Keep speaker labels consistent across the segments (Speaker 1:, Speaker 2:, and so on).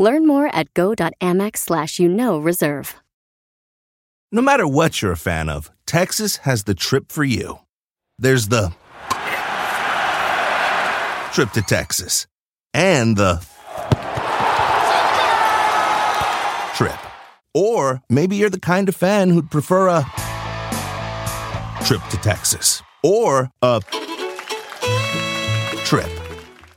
Speaker 1: Learn more at go.amex slash you know reserve.
Speaker 2: No matter what you're a fan of, Texas has the trip for you. There's the trip to Texas and the trip. Or maybe you're the kind of fan who'd prefer a trip to Texas or a trip.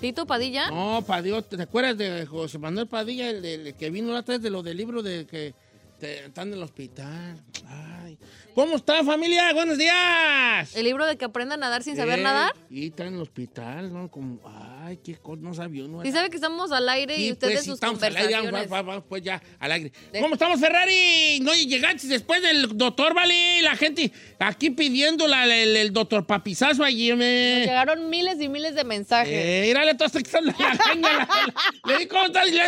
Speaker 3: ¿Tito Padilla?
Speaker 4: No, Padilla, ¿te acuerdas de José Manuel Padilla, el, el que vino la vez de lo del libro de que te- están en el hospital? Ay. ¿Cómo está, familia? ¡Buenos días!
Speaker 3: ¿El libro de que aprenda a nadar sin saber
Speaker 4: Eh,
Speaker 3: nadar?
Speaker 4: Y está en el hospital, ¿no? Como, ay, qué cosa, no sabía uno.
Speaker 3: Sí
Speaker 4: era.
Speaker 3: sabe que estamos al aire y
Speaker 4: Sí,
Speaker 3: ustedes
Speaker 4: pues, sí,
Speaker 3: sus
Speaker 4: estamos al aire, ya,
Speaker 3: conversaciones.
Speaker 4: va- va- va, pues ya, al aire. ¿Cómo estamos, Ferrari? No, y llegaste después del doctor, ¿vale? La gente aquí pidiendo la- el, el doctor papizazo allí, me.
Speaker 3: Llegaron miles y miles de mensajes.
Speaker 4: Eh, mírale, todo está quitando la ganga, la- la- Le di ¿cómo estás? Y le-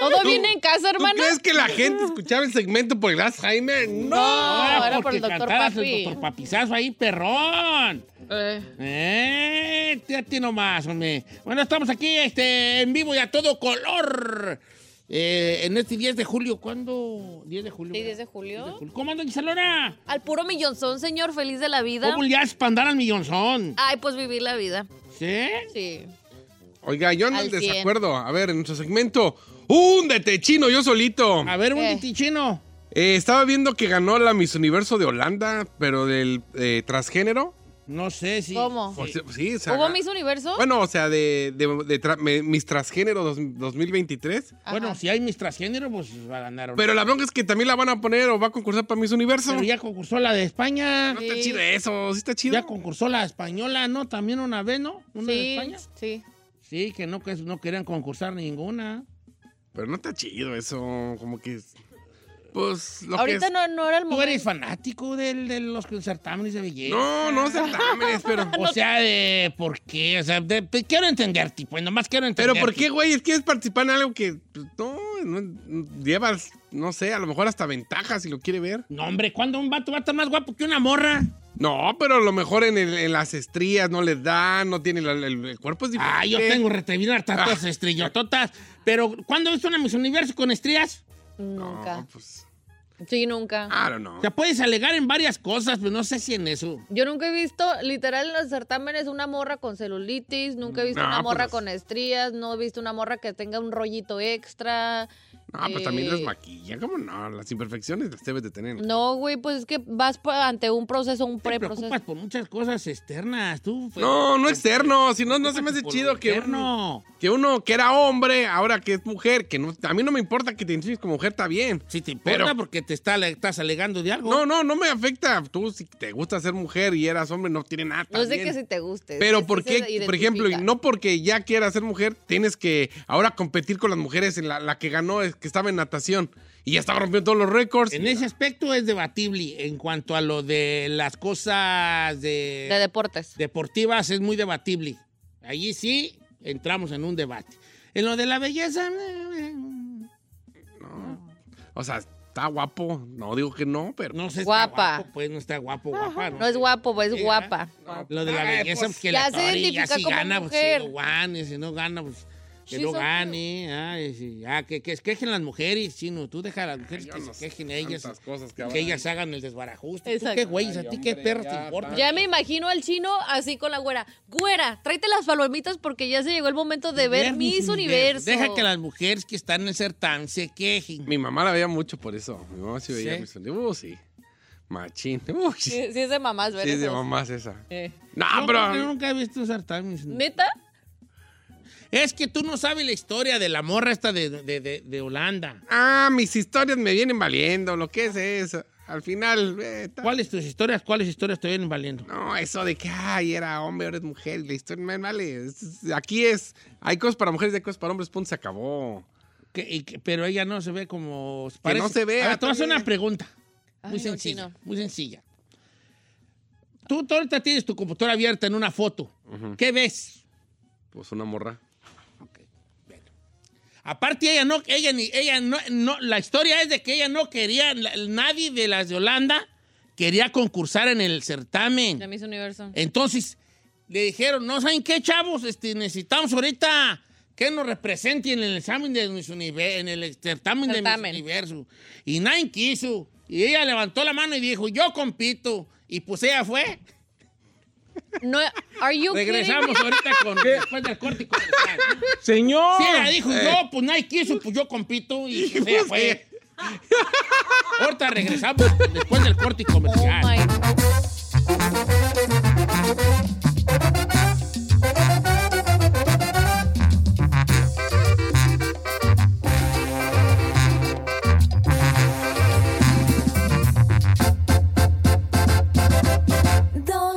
Speaker 3: ¿Todo bien en casa,
Speaker 5: ¿Tú
Speaker 3: hermano?
Speaker 5: crees que la gente escuchaba el segmento por el Alzheimer?
Speaker 3: No,
Speaker 5: No.
Speaker 3: ahora por
Speaker 4: porque
Speaker 3: el doctor
Speaker 4: cantabas
Speaker 3: Papi.
Speaker 4: el doctor papizazo ahí, perrón.
Speaker 3: Eh,
Speaker 4: Eh, ya tiene más, hombre. Bueno, estamos aquí este, en vivo y a todo color. Eh, en este 10 de julio, ¿cuándo? 10 de julio.
Speaker 3: Sí, 10
Speaker 4: ¿verdad?
Speaker 3: de julio.
Speaker 4: ¿Cómo andan, Giselona?
Speaker 3: Al puro millonzón, señor, feliz de la vida.
Speaker 4: ¿Cómo le haces para andar al millonzón?
Speaker 3: Ay, pues vivir la vida.
Speaker 4: ¿Sí?
Speaker 3: Sí.
Speaker 5: Oiga, yo no
Speaker 3: Al cien.
Speaker 5: desacuerdo. A ver, en nuestro segmento, húndete chino, yo solito.
Speaker 4: A ver, un
Speaker 3: ¿Qué?
Speaker 4: titichino.
Speaker 5: Eh, estaba viendo que ganó la Miss Universo de Holanda, pero del eh, transgénero.
Speaker 4: No sé si.
Speaker 3: ¿Cómo?
Speaker 5: O sea, sí, o sea,
Speaker 3: ¿Hubo
Speaker 5: gan-
Speaker 3: Miss Universo?
Speaker 5: Bueno, o sea, de, de- de tra- me- Miss Transgénero dos- 2023.
Speaker 3: Ajá.
Speaker 4: Bueno, si hay mis transgénero, pues va a ganar.
Speaker 5: Pero la bronca es que también la van a poner o va a concursar para Miss Universo.
Speaker 4: Pero ya concursó la de España.
Speaker 5: No está chido eso, sí está chido.
Speaker 4: Ya concursó la española, ¿no? También una vez, ¿no? Una de
Speaker 3: sí,
Speaker 4: España.
Speaker 3: sí.
Speaker 4: Sí, que no, que no querían concursar ninguna.
Speaker 5: Pero no está chido eso, como que... es- Pues lo que
Speaker 3: Ahorita
Speaker 5: es-
Speaker 3: no, no era el
Speaker 4: ¿Tú eres
Speaker 3: momento.
Speaker 4: fanático del- de los certámenes de belleza?
Speaker 5: No, no certámenes, pero...
Speaker 4: O sea, de, ¿por qué? O sea, de- de- quiero entenderte, pues nomás quiero entender.
Speaker 5: Pero ¿por qué, güey? ¿Es ¿Quieres participar en algo que pues, no, no- llevas, no sé, a lo mejor hasta ventajas si lo quiere ver?
Speaker 4: No, hombre, ¿cuándo un vato va a estar más guapo que una morra?
Speaker 5: No, pero a lo mejor en, el- en las estrías no les dan, no tiene la- el, el cuerpo es diferente.
Speaker 4: Ah, yo tengo retenido hartas
Speaker 5: Ah.
Speaker 4: todas estrillototas. Pero, ¿cuándo viste una Miss Universo con estrías?
Speaker 3: Nunca.
Speaker 5: No, pues,
Speaker 3: Sí,
Speaker 4: Ah,
Speaker 3: nunca.
Speaker 5: I don't know.
Speaker 4: O sea, puedes alegar en varias cosas, pero no sé si en eso.
Speaker 3: Yo nunca he visto, literal, en los certámenes una morra con celulitis, nunca he visto
Speaker 5: No,
Speaker 3: una morra
Speaker 5: pues-
Speaker 3: con estrías, no he visto una morra que tenga un rollito extra.
Speaker 5: No, pues también las
Speaker 3: Eh.
Speaker 5: maquilla, ¿cómo no? Las imperfecciones las debes de tener.
Speaker 3: No, güey, pues es que vas pa- ante un proceso, un
Speaker 4: Te
Speaker 3: preproceso.
Speaker 4: preocupas por muchas cosas externas, tú. Fer.
Speaker 5: No, no
Speaker 3: pues,
Speaker 5: externo, si no, no se me hace
Speaker 4: Por lo
Speaker 5: chido que uno,
Speaker 4: externo.
Speaker 5: que uno que era hombre, ahora que es mujer, que no, a mí no me importa que te identifiques como mujer, está bien.
Speaker 4: Si te importa
Speaker 5: Pero-
Speaker 4: porque te está, estás alegando de algo.
Speaker 5: No, no, no me afecta. Tú, si te gusta ser mujer y eras hombre, no tiene nada.
Speaker 3: No es de
Speaker 5: también.
Speaker 3: que si te guste. es que
Speaker 5: Pero
Speaker 3: sí
Speaker 5: ¿por
Speaker 3: se
Speaker 5: qué, por
Speaker 3: identifica.
Speaker 5: ejemplo, y no porque ya quieras ser mujer, tienes que ahora competir con las mujeres en la, la que ganó, es que estaba en natación y ya estaba rompiendo todos los récords.
Speaker 4: En ese aspecto es debatible. En cuanto a lo de las cosas de,
Speaker 3: De deportes.
Speaker 4: deportivas, es muy debatible. Allí sí entramos en un debate. En lo de la belleza. eh, eh,
Speaker 5: O sea, está guapo. No digo que no, pero
Speaker 4: No sé, está
Speaker 3: Guapa.
Speaker 4: guapo, pues no está guapo, guapa.
Speaker 3: No es
Speaker 4: sé.
Speaker 3: guapo, pues es
Speaker 5: ¿eh?
Speaker 4: Sí,
Speaker 3: guapa.
Speaker 4: ¿verdad? Lo de la
Speaker 5: Ay,
Speaker 4: belleza,
Speaker 5: pues,
Speaker 4: pues, que
Speaker 3: ya
Speaker 4: la
Speaker 3: se
Speaker 4: torre, ya
Speaker 3: identifica
Speaker 4: si
Speaker 3: como
Speaker 4: gana, pues
Speaker 3: mujer.
Speaker 4: si no gana, si no gana, pues que
Speaker 3: Sí,
Speaker 4: no
Speaker 3: son-
Speaker 4: gane. ay, sí, ah, que, que se quejen las mujeres, chino. Tú deja a las mujeres que se quejen ellas.
Speaker 5: Tantas cosas que
Speaker 4: que,
Speaker 5: habrá.
Speaker 4: ellas hagan el desbarajuste. ¿Tú
Speaker 6: Exacto.
Speaker 4: qué güeyes? ¿A ti qué
Speaker 5: hombre,
Speaker 4: perros te
Speaker 5: ya
Speaker 4: importa?
Speaker 5: está.
Speaker 6: Ya me imagino al chino así con la güera. Güera, tráete las palomitas porque ya se llegó el momento de ver
Speaker 4: Ver
Speaker 6: Miss Universo.
Speaker 4: Deja que las mujeres que están en el certamen se quejen.
Speaker 5: Mi mamá la veía mucho por eso. Mi mamá sí veía
Speaker 4: ¿Sí?
Speaker 5: mis sonidos. Uh, sí. Machín. Uh, sí.
Speaker 6: Sí, sí es de mamás,
Speaker 5: Sí,
Speaker 6: ¿verdad?
Speaker 5: es de mamás esa.
Speaker 6: Eh.
Speaker 5: No,
Speaker 4: No,
Speaker 5: pero.
Speaker 4: porque Yo nunca he visto un certamen.
Speaker 6: ¿Neta?
Speaker 4: Es que tú no sabes la historia de la morra esta de, de- de- de Holanda.
Speaker 5: Ah, mis historias me vienen valiendo. Lo que es eso. Al final. eh, ta-
Speaker 4: ¿Cuáles tus historias? ¿Cuáles historias te vienen valiendo?
Speaker 5: No, eso de que, ay, era hombre, ahora es mujer. y La historia me vale. Es- es- Aquí es. Hay cosas para mujeres, hay cosas para hombres. Punto, se acabó.
Speaker 4: Que- y que- pero ella no se ve como...
Speaker 5: no se vea,
Speaker 4: A ver, te voy a hacer
Speaker 5: todavía.
Speaker 4: una pregunta.
Speaker 6: Ay,
Speaker 4: Muy
Speaker 6: no,
Speaker 4: sencilla.
Speaker 6: chino.
Speaker 4: Muy sencilla. Tú tú ahorita tienes tu computadora abierta en una foto. ¿Qué ves?
Speaker 5: Pues una morra.
Speaker 4: Aparte ella no, ella ni, ella no, no- la historia es de que ella no quería, la- nadie de las de Holanda quería concursar en el certamen.
Speaker 6: De Miss Universo.
Speaker 4: Entonces, le dijeron, no saben qué, chavos, este, necesitamos ahorita que nos representen en el examen de Miss Universo, en el certamen de Miss
Speaker 6: Certamen.
Speaker 4: Universo. Y nadie quiso. Y ella levantó la mano y dijo, yo compito. Y pues ella fue.
Speaker 6: No, are you kidding?
Speaker 4: Regresamos ahorita con, después del corte y comercial.
Speaker 7: Señor.
Speaker 4: Sí, ella dijo, yo, pues nadie quiso, pues yo compito. Y pues ella fue. Ahorita regresamos después del corte y
Speaker 6: Oh
Speaker 4: comercial.
Speaker 6: my
Speaker 8: Don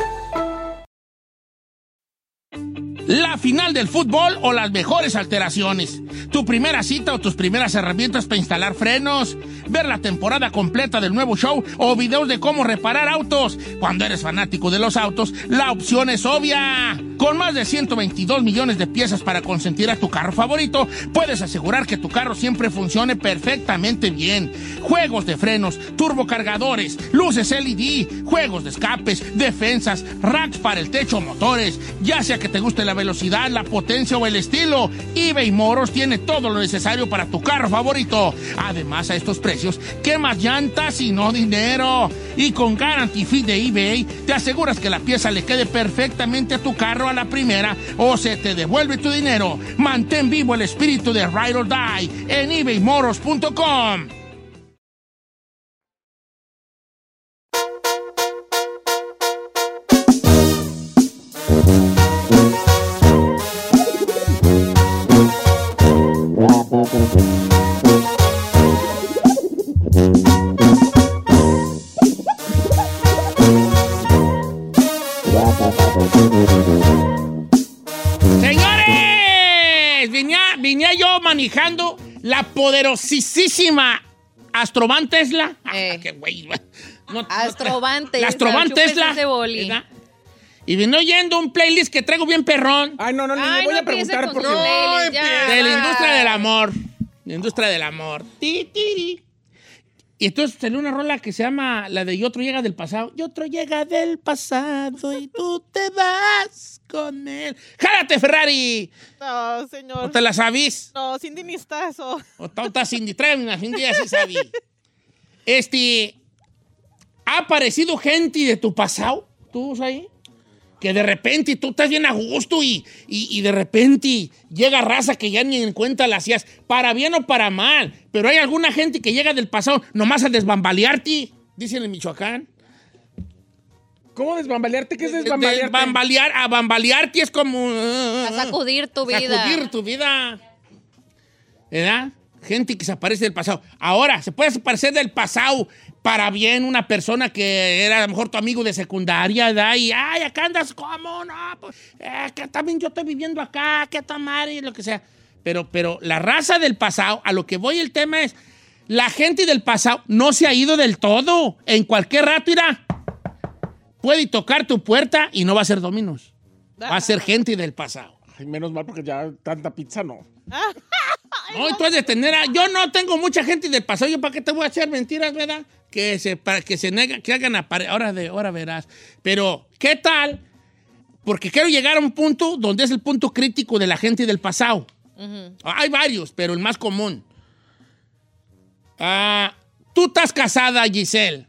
Speaker 4: La final del fútbol o las mejores alteraciones. Tu primera cita o tus primeras herramientas para instalar frenos. Ver la temporada completa del nuevo show o videos de cómo reparar autos. Cuando eres fanático de los autos, la opción es obvia. Con más de 122 millones de piezas para consentir a tu carro favorito, puedes asegurar que tu carro siempre funcione perfectamente bien. Juegos de frenos, turbocargadores, luces LED, juegos de escapes, defensas, racks para el techo o motores. Ya sea que te guste la velocidad, la potencia o el estilo, eBay Moros tiene todo lo necesario para tu carro favorito. Además, a estos precios, ¿qué más llantas y no dinero? Y con Guarantee Fee de eBay, te aseguras que la pieza le quede perfectamente a tu carro a la primera o se te devuelve tu dinero. Mantén vivo el espíritu de Ride or Die en ebaymoros.com. Señores, venía, venía yo manejando la poderosísima Astroban Tesla. Ah,
Speaker 3: Eh.
Speaker 4: qué güey. güey. No- no tra-
Speaker 6: Astrovan
Speaker 4: La
Speaker 6: Tesla,
Speaker 4: Astrovan
Speaker 6: chúpese
Speaker 4: Tesla.
Speaker 6: ese boli.
Speaker 4: ¿verdad? Y vino oyendo un playlist que traigo bien perrón
Speaker 7: Ay, no, no, ni
Speaker 6: Ay,
Speaker 7: le voy
Speaker 6: no
Speaker 7: a preguntar
Speaker 6: empieces con
Speaker 7: porque.
Speaker 6: sus leyes,
Speaker 5: No,
Speaker 6: ya.
Speaker 4: de la industria del amor. La industria del amor. Ti, ti, ti. Y entonces salió una rola que se llama la de Y otro llega del pasado. Y otro llega del pasado y tú te vas con él. ¡Jálate, Ferrari!
Speaker 9: No,
Speaker 4: ¿O
Speaker 9: señor.
Speaker 4: te la sabís?
Speaker 9: No, sin dinistazo.
Speaker 4: O está, está sin distraerme, al fin de día sí sabí. Este, ha aparecido gente de tu pasado, tú ahí, que de repente tú estás bien a gusto y, y- y de repente llega raza que ya ni en cuenta la hacías, para bien o para mal, pero hay alguna gente que llega del pasado nomás a desbambalearte, dicen en Michoacán.
Speaker 7: ¿Cómo desbambalearte? ¿Qué es
Speaker 4: De-
Speaker 7: desbambalearte?
Speaker 4: bambalear- a bambalearte es como... ah,
Speaker 6: A sacudir tu vida.
Speaker 4: Sacudir tu vida. ¿Verdad? Gente que se aparece del pasado. Ahora, se puede desaparecer del pasado para bien una persona que era a lo mejor tu amigo de secundaria, ¿verdad? Y, ay, acá andas, ¿cómo? No, pues, eh, que también yo estoy viviendo acá, que tomar y lo que sea. Pero, pero la raza del pasado, a lo que voy el tema es, la gente del pasado no se ha ido del todo. En cualquier rato irá. Puede tocar tu puerta y no va a ser Dominos. Va a ser
Speaker 6: Ah.
Speaker 4: gente del pasado.
Speaker 7: Ay, menos mal porque ya tanta pizza no.
Speaker 4: No, entonces de tener a- Yo no tengo mucha gente del pasado. ¿Yo para qué te voy a hacer mentiras, verdad? Que se, para que se nega, que hagan apare- Ahora, de, ahora verás. Pero, ¿qué tal? Porque quiero llegar a un punto donde es el punto crítico de la gente del pasado. Hay varios, pero el más común. Ah, tú estás casada, Giselle.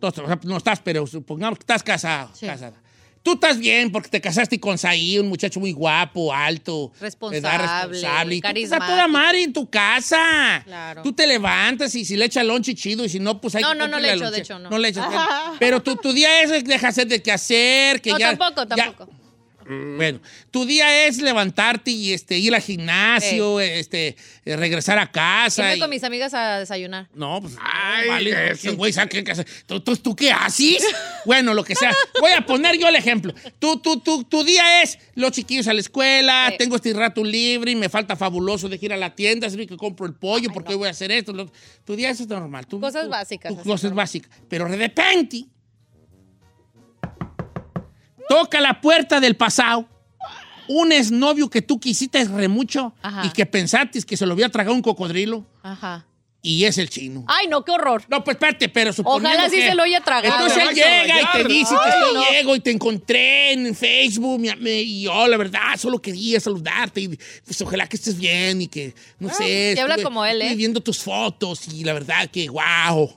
Speaker 4: No, No estás, pero supongamos que estás casado, casada. Tú estás bien porque te casaste con Saí, un muchacho muy guapo, alto.
Speaker 6: Responsable,
Speaker 4: ¿verdad? Y tú estás a
Speaker 6: carismático.
Speaker 4: toda madre en tu casa.
Speaker 6: Claro.
Speaker 4: Tú te levantas y si le echas lonche chido y si no, pues hay
Speaker 6: No,
Speaker 4: que
Speaker 6: no, no
Speaker 4: comprarle
Speaker 6: le echo,
Speaker 4: lonche.
Speaker 6: de hecho, no.
Speaker 4: le echas. Pero tu, tu día es deja hacer de qué hacer, que
Speaker 6: No,
Speaker 4: ya...
Speaker 6: tampoco,
Speaker 4: ya-
Speaker 6: tampoco.
Speaker 4: bueno, tu día es levantarte y este, ir al gimnasio, este, eh, regresar a casa.
Speaker 6: Irme
Speaker 4: y-
Speaker 6: con mis amigas a desayunar.
Speaker 4: No, pues.
Speaker 5: Ay,
Speaker 4: vale,
Speaker 5: eso.
Speaker 4: qué güey, ¿sabes qué? ¿Tú, tú, tú qué haces? bueno, lo que sea. Voy a poner yo el ejemplo. Tú, tú, tú, tu día es los chiquillos a la escuela,
Speaker 6: Sí.
Speaker 4: tengo este rato libre y me falta fabuloso de ir a la tienda, así que compro el pollo porque hoy voy a hacer esto. lo- tu día eso es normal. Tú-
Speaker 6: Cosas
Speaker 4: tú-
Speaker 6: básicas,
Speaker 4: tú-
Speaker 6: así,
Speaker 4: cosas
Speaker 6: normal.
Speaker 4: básicas. Pero de repente. Toca la puerta del pasado. Un exnovio que tú quisiste re mucho
Speaker 6: Ajá.
Speaker 4: y que pensaste que se lo había tragado un cocodrilo
Speaker 6: Ajá.
Speaker 4: y es el chino.
Speaker 6: Ay, no, qué horror.
Speaker 4: No, pues espérate, pero suponiendo
Speaker 6: Ojalá sí
Speaker 4: que-
Speaker 6: se lo haya tragado.
Speaker 4: Entonces
Speaker 5: Ah,
Speaker 4: él
Speaker 5: te vas a
Speaker 4: llega y te
Speaker 5: rayar.
Speaker 4: dice,
Speaker 5: Ay,
Speaker 4: te estoy
Speaker 5: no.
Speaker 4: llego y te encontré en Facebook mi- me- y yo, la verdad, solo quería saludarte y pues ojalá que estés bien y que, no sé.
Speaker 6: sí Ah, habla
Speaker 4: estuve-
Speaker 6: como él,
Speaker 4: estuve
Speaker 6: ¿eh?
Speaker 4: viendo tus fotos y la verdad que, wow,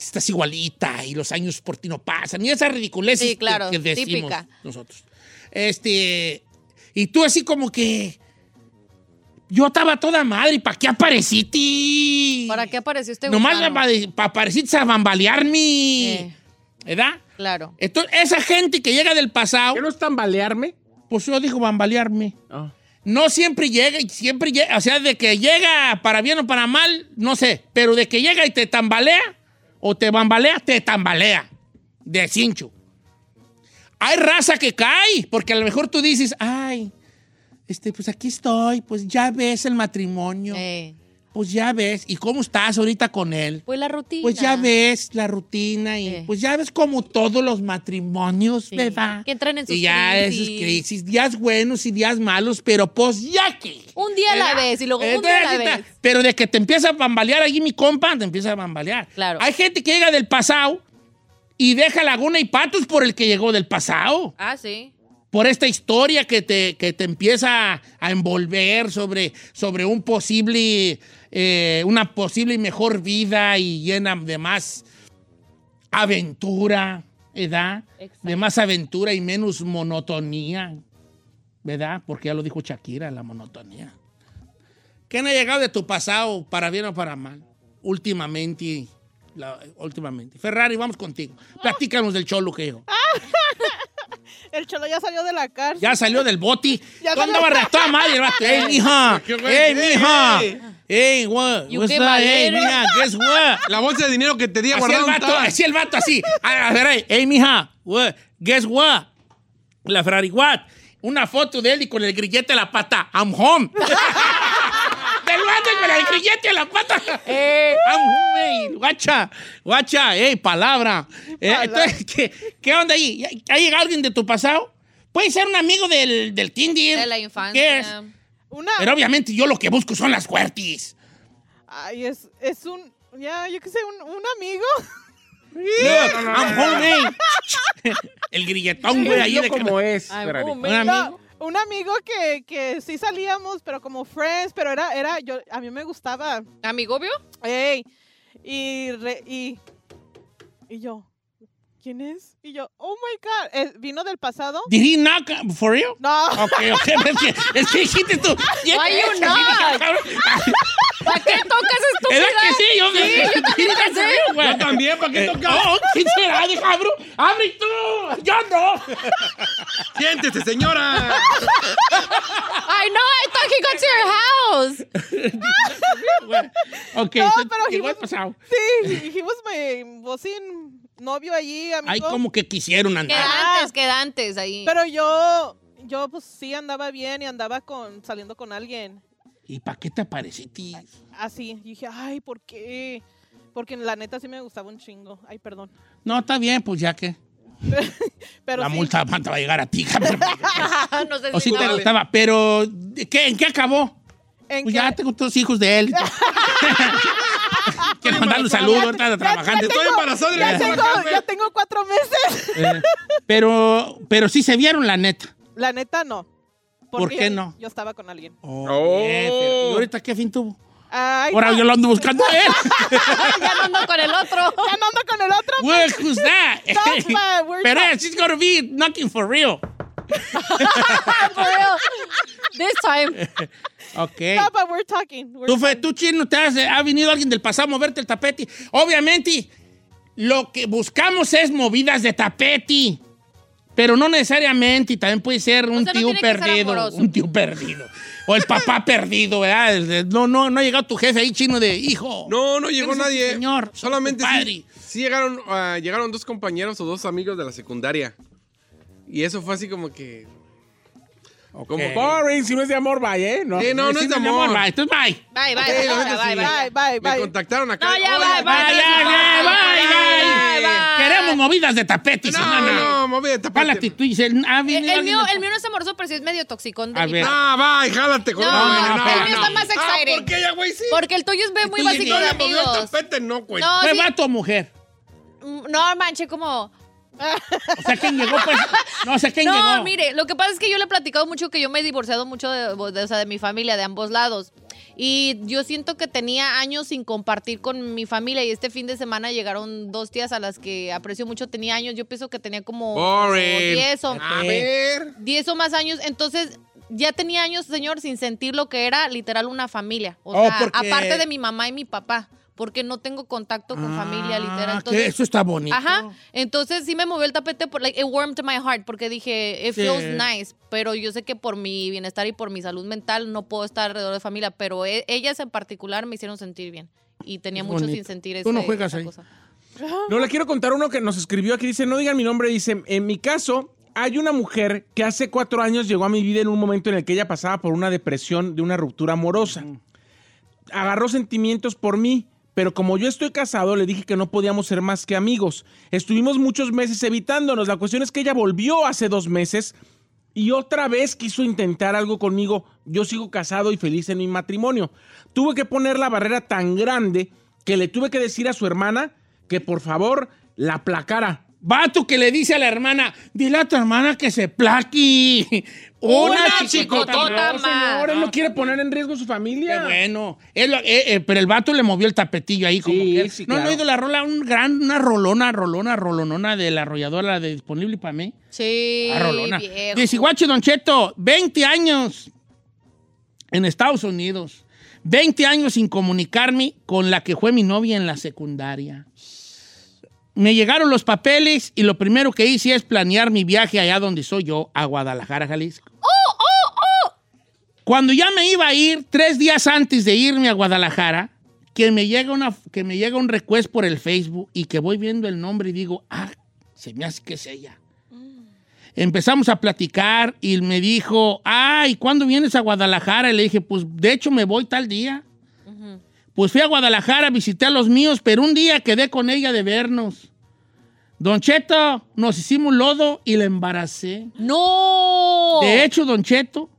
Speaker 4: estás igualita y los años por ti no pasan. Y esa ridiculez
Speaker 6: Sí, claro,
Speaker 4: que, que decimos
Speaker 6: típica.
Speaker 4: nosotros. Este, y tú así como que... Yo estaba toda madre, ¿y para qué apareciste?
Speaker 6: ¿Para qué apareció este
Speaker 4: Nomás
Speaker 6: gusano?
Speaker 4: para pareciste a bambalearme.
Speaker 6: Eh.
Speaker 4: ¿Verdad?
Speaker 6: Claro.
Speaker 4: Entonces, esa gente que llega del pasado,
Speaker 7: ¿Qué no es tambalearme?
Speaker 4: pues yo digo bambalearme.
Speaker 7: Ah.
Speaker 4: No siempre llega, y siempre llega, o sea, de que llega para bien o para mal, no sé, pero de que llega y te tambalea, o te bambalea, te tambalea, de cincho. Hay raza que cae, porque a lo mejor tú dices, ay, este, pues aquí estoy, pues ya ves el matrimonio,
Speaker 6: Eh,
Speaker 4: pues ya ves, ¿y cómo estás ahorita con él?
Speaker 6: pues la rutina.
Speaker 4: Pues ya ves la rutina y
Speaker 6: Eh.
Speaker 4: pues ya ves como todos los matrimonios,
Speaker 6: Sí,
Speaker 4: ¿verdad?
Speaker 6: que entran en sus
Speaker 4: Y ya
Speaker 6: crisis.
Speaker 4: esas crisis, días buenos y días malos, pero pues ya que.
Speaker 6: Un día a la
Speaker 4: ¿verdad?
Speaker 6: vez y luego un día a la
Speaker 4: Entonces,
Speaker 6: vez.
Speaker 4: Pero de que te empieza a bambalear allí mi compa, te empieza a bambalear.
Speaker 6: Claro.
Speaker 4: Hay gente que llega del pasado y deja Laguna y Patos por el que llegó del pasado
Speaker 6: Ah, sí.
Speaker 4: por esta historia que te, que te empieza a envolver sobre, sobre un posible, eh, una posible y mejor vida y llena de más aventura, ¿verdad? De más aventura y menos monotonía, ¿verdad? Porque ya lo dijo Shakira, la monotonía. ¿Qué ha llegado de tu pasado, para bien o para mal, últimamente? la- últimamente. Ferrari, vamos contigo. Platícanos del cholo que llegó.
Speaker 9: El cholo ya salió de la cárcel.
Speaker 4: Ya salió del boti.
Speaker 9: Ya
Speaker 4: ¿Cuándo
Speaker 9: salió.
Speaker 4: andaba a toda madre el vato? ¡Ey, mija!
Speaker 5: ¿Qué güey?
Speaker 4: ¡Ey,
Speaker 5: Ey,
Speaker 4: mija!
Speaker 5: ey.
Speaker 4: ¡Ey, what?
Speaker 6: You
Speaker 4: What's
Speaker 6: qué
Speaker 4: up? ¡Ey,
Speaker 6: valero.
Speaker 4: mija! Guess what?
Speaker 5: La bolsa de dinero que te di a
Speaker 4: Así el
Speaker 5: guardar.
Speaker 4: vato, así el vato, así. A a ver, ahí. ¡Ey, mija! What? Guess what? La Ferrari, what? Una foto de él y con el grillete a la pata. I'm home. Del vato y con el grillete a la pata. ¡Ey, I'm home, ey! ¡Guacha! ¡Guacha! ¡Ey, palabra! Eh, entonces, ¿qué, qué onda ahí? ¿Ha llegado alguien de tu pasado? Puede ser un amigo del, del kinder.
Speaker 6: De la
Speaker 4: ¿Qué es?
Speaker 6: infancia.
Speaker 9: Una.
Speaker 4: Pero obviamente yo lo que busco son las fuertes.
Speaker 9: Ay, es, es un. Ya, yo qué sé, un, un amigo.
Speaker 4: Look, I'm home, eh. El grilletón, güey, ahí
Speaker 7: Dilo
Speaker 4: de
Speaker 7: como es,
Speaker 6: Ay,
Speaker 7: Ferrari.
Speaker 6: boom,
Speaker 4: Un
Speaker 6: eh.
Speaker 4: amigo.
Speaker 9: No, un amigo que, que sí salíamos, pero como friends, pero era, era, yo, a mí me gustaba.
Speaker 6: ¿Amigobio?
Speaker 9: Ey. Y, re- y, y yo, ¿quién es? Y yo, oh my God, eh, ¿vino del pasado?
Speaker 4: Did he knock uh, for real?
Speaker 9: No,
Speaker 4: Ok, ok, es que, es que dijiste tú.
Speaker 6: Why you
Speaker 4: Así,
Speaker 6: knock?
Speaker 4: cabrón.
Speaker 6: ¿Para qué tocas
Speaker 4: ¿Era
Speaker 6: estúpida?
Speaker 4: que sí? Yo,
Speaker 6: Sí, yo también pensé.
Speaker 4: Yo
Speaker 5: también, ¿para qué toca?
Speaker 4: Oh, ¿Quién será? Deja, abro. ¡Abre tú! ¡Yo no!
Speaker 5: ¡Siéntese, señora!
Speaker 6: I know, I thought he got to your house.
Speaker 4: Ok,
Speaker 9: No,
Speaker 4: entonces, pues,
Speaker 9: pero
Speaker 4: llegó
Speaker 9: he
Speaker 4: el pasado.
Speaker 9: Sí, dijimos mi bocín novio allí, amigo.
Speaker 4: Ay, como que quisieron andar.
Speaker 6: Quedantes, quedantes ahí.
Speaker 9: Pero yo, yo pues sí andaba bien y andaba con saliendo con alguien.
Speaker 4: ¿Y para qué te apareciste?
Speaker 9: Así, y dije, ay, ¿por qué? Porque la neta sí me gustaba un chingo. Ay, perdón.
Speaker 4: No, está bien, pues ya que.
Speaker 9: Pero
Speaker 4: La
Speaker 9: sí,
Speaker 4: multa va a llegar a ti, cabrón.
Speaker 6: Ah, no sé
Speaker 4: O
Speaker 6: si
Speaker 4: sí te
Speaker 6: no.
Speaker 4: gustaba, pero ¿de qué, ¿en qué acabó?
Speaker 9: ¿en
Speaker 4: Pues
Speaker 9: qué?
Speaker 4: ya tengo todos hijos de él. Quiero mandarle un saludo, ahorita trabajando.
Speaker 5: Estoy embarazada y
Speaker 9: Ya
Speaker 5: regreso a
Speaker 9: tengo,
Speaker 5: la casa.
Speaker 9: ya tengo cuatro meses.
Speaker 4: Eh, pero, pero sí se vieron, la neta.
Speaker 9: La neta no.
Speaker 4: ¿Por qué no?
Speaker 9: Yo estaba con alguien.
Speaker 5: Oh.
Speaker 4: Eh, pero, ¿Y ahorita qué fin tuvo?
Speaker 9: Ay,
Speaker 4: Ahora
Speaker 9: no,
Speaker 4: yo lo ando buscando a él.
Speaker 6: Ya no ando con el otro.
Speaker 9: ya no ando con el otro.
Speaker 4: Well, who's that?
Speaker 9: That's why we're
Speaker 4: Pero
Speaker 9: not-
Speaker 4: eh, she's gonna be knocking for real.
Speaker 6: For real. This time.
Speaker 4: Ok.
Speaker 9: No, but we're talking. We're
Speaker 4: Tú, fe, tú, chino, te has- ha venido alguien del pasado a moverte el tapete. Obviamente, lo que buscamos es movidas de tapete. Pero no necesariamente, y también puede ser un
Speaker 6: sea, no
Speaker 4: tío
Speaker 6: tiene que ser
Speaker 4: perdido.
Speaker 6: amoroso.
Speaker 4: Un tío perdido. O el papá perdido, ¿verdad? El de- No, no, no ha llegado tu jefe ahí chino de hijo.
Speaker 5: No, no llegó
Speaker 4: Eres ese
Speaker 5: nadie.
Speaker 4: señor,
Speaker 5: Solamente
Speaker 4: tu
Speaker 5: sí, sí llegaron, ah, llegaron dos compañeros o dos amigos de la secundaria. Y eso fue así como que. Como,
Speaker 7: Boring, si no es de amor, vaya, ¿eh? No.
Speaker 5: Sí, no, no
Speaker 4: Sí,
Speaker 5: es de
Speaker 4: mi amor,
Speaker 5: amor.
Speaker 4: va, esto es bye.
Speaker 6: Bye, bye,
Speaker 5: Sí,
Speaker 6: bye,
Speaker 5: ahorita sí.
Speaker 6: bye, bye.
Speaker 9: Bye, bye,
Speaker 5: Me
Speaker 9: bye.
Speaker 5: contactaron acá.
Speaker 6: No, ya,
Speaker 5: Oye,
Speaker 4: Vaya,
Speaker 6: bye, bye,
Speaker 4: ya, bye, bye.
Speaker 6: bye.
Speaker 4: Queremos movidas de tapete,
Speaker 5: No,
Speaker 4: semana.
Speaker 5: no, moví, tapate.
Speaker 4: ¿Cuál la actitud? Dice, ha
Speaker 6: Eh, El,
Speaker 4: venido
Speaker 6: el
Speaker 4: alguien
Speaker 6: mío,
Speaker 4: del-
Speaker 6: el mío no es amoroso, pero sí es medio toxicón de
Speaker 4: A
Speaker 6: mi
Speaker 4: ver.
Speaker 6: parte.
Speaker 5: Ah, va, jálate con
Speaker 6: No,
Speaker 5: una,
Speaker 4: no, el mío
Speaker 6: está más
Speaker 5: Ah,
Speaker 6: exciting.
Speaker 5: ¿Por qué ya, güey? Sí.
Speaker 6: Porque el tuyo es ve- muy
Speaker 4: tuyo
Speaker 5: Si
Speaker 4: sí,
Speaker 6: básico
Speaker 5: no
Speaker 6: de
Speaker 5: le movió el
Speaker 6: amigos.
Speaker 5: tapete, no, güey.
Speaker 6: No,
Speaker 4: ¿Fue
Speaker 6: sí, mm,
Speaker 4: vato o mujer?
Speaker 6: no, manche, como...
Speaker 4: O sea, ¿quién llegó? Pues, no, o sea, ¿quién
Speaker 6: No,
Speaker 4: llegó?
Speaker 6: mire, lo que pasa es que yo le he platicado mucho que yo me he divorciado mucho de, de- o sea, de mi familia, de ambos lados. Y yo siento que tenía años sin compartir con mi familia y este fin de semana llegaron dos tías a las que aprecio mucho, tenía años, yo pienso que tenía como
Speaker 5: Boring.
Speaker 6: 10 o,
Speaker 5: A ver.
Speaker 6: 10 o más años, entonces ya tenía años, señor, sin sentir lo que era literal una familia, o
Speaker 4: Oh,
Speaker 6: sea,
Speaker 4: porque-
Speaker 6: aparte de mi mamá y mi papá, porque no tengo contacto con familia literal.
Speaker 4: Ah, que
Speaker 6: Entonces,
Speaker 4: eso está bonito.
Speaker 6: Ajá. Entonces sí me movió el tapete, por, like, it warmed my heart, porque dije, it
Speaker 4: Sí.
Speaker 6: feels nice, pero yo sé que por mi bienestar y por mi salud mental no puedo estar alrededor de familia, pero e- ellas en particular me hicieron sentir bien. Y tenía
Speaker 4: Es
Speaker 6: mucho
Speaker 4: bonito.
Speaker 6: sin sentir eso.
Speaker 4: Tú no juegas ahí.
Speaker 7: No, le quiero contar uno que nos escribió aquí. Dice, no digan mi nombre. Dice, en mi caso, hay una mujer que hace cuatro años llegó a mi vida en un momento en el que ella pasaba por una depresión de una ruptura amorosa. Agarró sentimientos por mí, pero como yo estoy casado, le dije que no podíamos ser más que amigos. Estuvimos muchos meses evitándonos. La cuestión es que ella volvió hace dos meses y otra vez quiso intentar algo conmigo. Yo sigo casado y feliz en mi matrimonio. Tuve que poner la barrera tan grande que le tuve que decir a su hermana que por favor la aplacara.
Speaker 4: Vato que le dice a la hermana, dile a tu hermana que se plaqui. Una,
Speaker 6: Una
Speaker 4: chicotota
Speaker 6: chicotota
Speaker 4: más.
Speaker 6: más.
Speaker 7: Ahora él no quiere poner en riesgo su
Speaker 4: Qué
Speaker 7: familia.
Speaker 4: bueno. Es lo- eh, eh, pero el vato le movió el tapetillo ahí como
Speaker 7: Sí,
Speaker 4: que.
Speaker 7: sí,
Speaker 4: no han
Speaker 7: claro.
Speaker 4: oído la rola, un gran, una rolona, rolona, rolonona de la arrolladora de disponible para mí.
Speaker 6: Sí.
Speaker 4: Ah, rolona.
Speaker 6: viejo.
Speaker 4: Dice, guacho, Don Cheto, 20 años en Estados Unidos. 20 años sin comunicarme con la que fue mi novia en la secundaria. Me llegaron los papeles y lo primero que hice es planear mi viaje allá donde soy yo, a Guadalajara, Jalisco. Cuando ya me iba a ir, tres días antes de irme a Guadalajara, que me llega, una, que me llega un request por el Facebook y que voy viendo el nombre y digo, ah, se me hace que es ella. Empezamos a platicar y me dijo, ay, ¿cuándo vienes a Guadalajara? Y le dije, pues de hecho me voy tal día. Pues fui a Guadalajara, visité a los míos, pero un día quedé con ella de vernos. Don Cheto, nos hicimos lodo y la embaracé.
Speaker 6: No.
Speaker 4: De hecho, Don Cheto,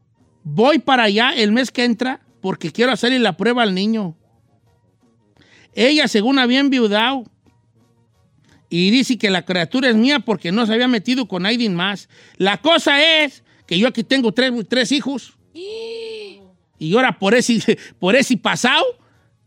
Speaker 4: voy para allá el mes que entra porque quiero hacerle la prueba al niño. Ella, según había enviudado, y dice que la criatura es mía porque no se había metido con alguien más. La cosa es que yo aquí tengo tres, tres hijos. Y ahora por ese, por ese pasado,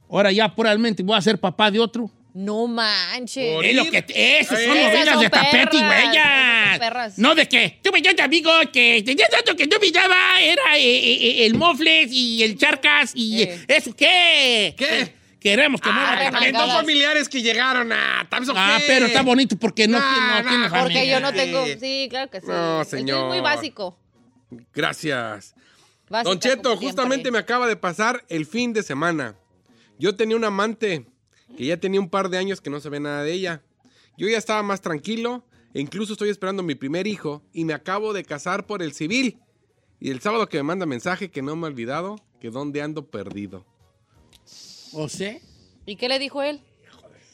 Speaker 4: ahora ya probablemente voy a ser papá de otro.
Speaker 6: No manches.
Speaker 5: Por-
Speaker 4: Es lo que esas son
Speaker 6: Esas
Speaker 4: novelas
Speaker 6: son
Speaker 4: de tapete,
Speaker 6: perras, esas
Speaker 4: huellas.
Speaker 6: son perras.
Speaker 4: No de que tuve yo de amigo que tenía tanto que yo miraba, era eh, eh, eh, el mofles y el charcas y
Speaker 6: Eh. Ah,
Speaker 4: eso qué. Eh,
Speaker 5: ¿Qué?
Speaker 4: Queremos que muera
Speaker 5: Ay,
Speaker 4: la
Speaker 5: también dos
Speaker 4: cabeza.
Speaker 5: familiares que llegaron a
Speaker 4: Ah, pero está bonito porque no, tiene- no tiene
Speaker 6: Porque
Speaker 4: familia.
Speaker 6: yo no tengo. Sí, claro que sí.
Speaker 5: No,
Speaker 6: Esto
Speaker 5: señor.
Speaker 6: es muy básico.
Speaker 5: Gracias.
Speaker 6: Básica,
Speaker 5: Don Cheto,
Speaker 6: como siempre.
Speaker 5: justamente me acaba de pasar el fin de semana. Yo tenía un amante que ya tenía un par de años que no se ve nada de ella. Yo ya estaba más tranquilo e incluso estoy esperando mi primer hijo y me acabo de casar por el civil. Y el sábado que me manda mensaje que no me ha olvidado, que dónde ando perdido.
Speaker 4: O sea,
Speaker 6: ¿Y qué le dijo él?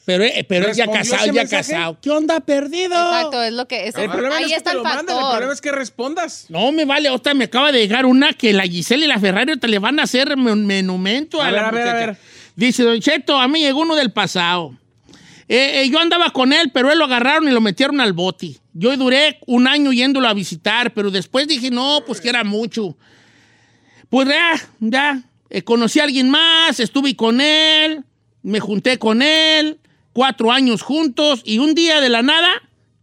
Speaker 4: pero, eh, pero es ya
Speaker 7: ¿Respondió
Speaker 4: casado,
Speaker 7: ese
Speaker 4: ya
Speaker 7: mensaje?
Speaker 4: casado. ¿Qué onda, perdido?
Speaker 6: Exacto, es lo que es.
Speaker 5: Ah,
Speaker 7: El problema no
Speaker 6: Ahí
Speaker 7: es que
Speaker 6: está
Speaker 7: te
Speaker 6: el
Speaker 7: lo manden, el
Speaker 6: factor.
Speaker 7: problema es que respondas.
Speaker 4: No, me vale. Otra me acaba de llegar una que la Giselle y la Ferrari te le van a hacer un menumento a,
Speaker 7: A
Speaker 4: la
Speaker 7: ver, a ver, a
Speaker 4: muchacha.
Speaker 7: ver.
Speaker 4: Dice, Don Cheto, a mí llegó uno del pasado. Eh, eh, yo andaba con él, pero él lo agarraron y lo metieron al boti. Yo duré un año yéndolo a visitar, pero después dije, no, pues que era mucho. Pues ya, ya. eh, conocí a alguien más, estuve con él, me junté con él, cuatro años juntos, y un día de la nada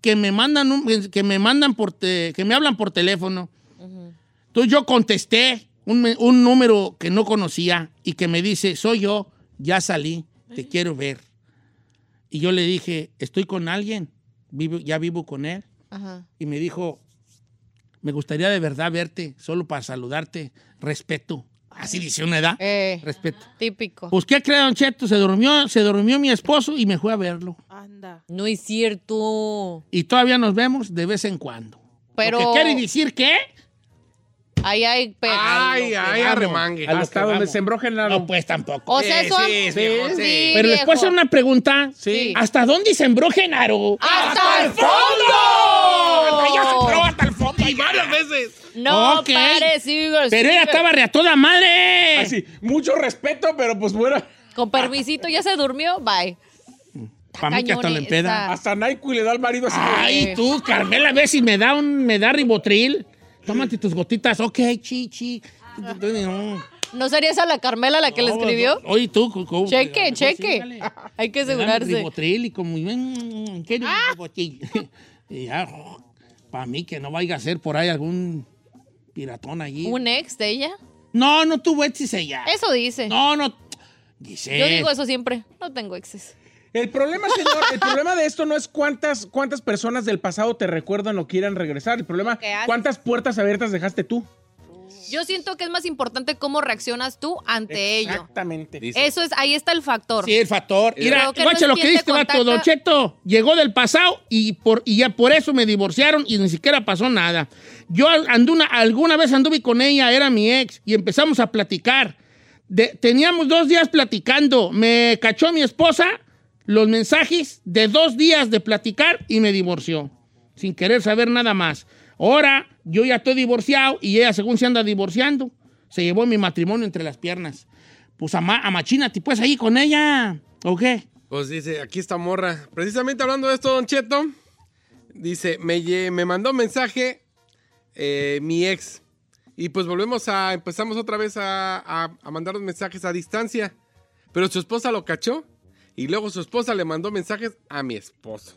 Speaker 4: que me mandan, un- que me mandan por te- que me hablan por teléfono. Entonces yo contesté un, me- un número que no conocía y que me dice, soy yo, ya salí, te quiero ver. Y yo le dije, estoy con alguien, vivo- ya vivo con él.
Speaker 6: Ajá.
Speaker 4: Y me dijo, me gustaría de verdad verte, solo para saludarte, respeto. Así dice una edad,
Speaker 6: Eh,
Speaker 4: respeto.
Speaker 6: típico.
Speaker 4: Pues qué creen, Don Cheto, se durmió, se durmió mi esposo y me fue a verlo.
Speaker 9: Anda.
Speaker 6: No es cierto.
Speaker 4: Y todavía nos vemos de vez en cuando.
Speaker 6: Pero.
Speaker 4: Lo que quiere decir que...
Speaker 6: Ahí hay. pe-
Speaker 5: Ay,
Speaker 6: lo que-
Speaker 5: ay,
Speaker 4: vamos,
Speaker 5: arremangue.
Speaker 4: a lo que
Speaker 7: Hasta donde
Speaker 4: vamos.
Speaker 7: se embroja el
Speaker 4: No,
Speaker 7: nabo.
Speaker 4: pues tampoco.
Speaker 6: O sea,
Speaker 5: Sí,
Speaker 6: son.
Speaker 5: sí, sí, viejo, sí.
Speaker 4: Pero les
Speaker 6: viejo.
Speaker 4: puedo hacer una pregunta.
Speaker 6: Sí.
Speaker 4: ¿Hasta dónde sembró Genaro?
Speaker 6: ¡Hasta el fondo!
Speaker 4: Ella sembró hasta el fondo.
Speaker 5: Y varias veces.
Speaker 6: No,
Speaker 4: Ok.
Speaker 6: pare, Silver,
Speaker 4: Pero ella
Speaker 6: Silver.
Speaker 4: estaba re a toda madre.
Speaker 7: Así, mucho respeto, pero pues bueno,
Speaker 6: Con permisito, ya se durmió. Bye.
Speaker 4: Para mí que hasta la
Speaker 6: Cañón,
Speaker 4: empeda.
Speaker 6: está-
Speaker 7: hasta Nike le da al marido así.
Speaker 4: Ay, tú, Carmela, ve si me da un, me da ribotril. Tómate tus gotitas. Ok, chi, chi. No.
Speaker 6: ¿No sería esa la Carmela la que le
Speaker 4: No,
Speaker 6: escribió?
Speaker 4: no. Oye, tú. cu- cu-
Speaker 6: Cheque,
Speaker 4: a
Speaker 5: Pues
Speaker 4: lo mejor
Speaker 6: cheque.
Speaker 4: dale.
Speaker 6: Hay
Speaker 4: Me
Speaker 6: que
Speaker 4: dan
Speaker 6: asegurarse. Ah.
Speaker 4: Ribotril y como... mm, ¿Qué ribotril? Y ya, para mí que no vaya a ser por ahí algún piratón allí.
Speaker 6: ¿Un ex de ella?
Speaker 4: No, no tuvo exes ella.
Speaker 6: Eso dice.
Speaker 4: No, Eh. no. Dice.
Speaker 6: Yo digo eso siempre. No tengo exes.
Speaker 7: El problema, señor, el problema de esto no es cuántas, cuántas personas del pasado te recuerdan o quieran regresar. El problema,
Speaker 6: ¿Qué haces?
Speaker 7: cuántas puertas abiertas dejaste tú.
Speaker 6: Yo siento que es más importante cómo reaccionas tú ante ello.
Speaker 7: Exactamente.
Speaker 6: Eso es, ahí está el factor.
Speaker 4: Sí, el factor. Mira,
Speaker 6: Creo que
Speaker 4: guacha
Speaker 6: no es
Speaker 4: lo que
Speaker 6: quien
Speaker 4: dice, este
Speaker 6: te
Speaker 4: vato, Don
Speaker 6: contacta.
Speaker 4: Cheto. Llegó del pasado y, por, y ya por eso me divorciaron y ni siquiera pasó nada. Yo al- andu una- alguna vez anduve con ella, era mi ex, y empezamos a platicar. De- teníamos dos días platicando. Me cachó mi esposa los mensajes de dos días de platicar y me divorció. Sin querer saber nada más. Ahora yo ya estoy divorciado y ella, según se anda divorciando, se llevó mi matrimonio entre las piernas. Pues ama- amachínate, pues ahí con ella. ¿O qué?
Speaker 5: Pues dice, aquí está morra. Precisamente hablando de esto, Don Cheto, dice, me, lle- me mandó mensaje eh, mi ex. Y pues volvemos a, empezamos otra vez a, a, a mandarnos mensajes a distancia. Pero su esposa lo cachó. Y luego su esposa le mandó mensajes a mi esposo.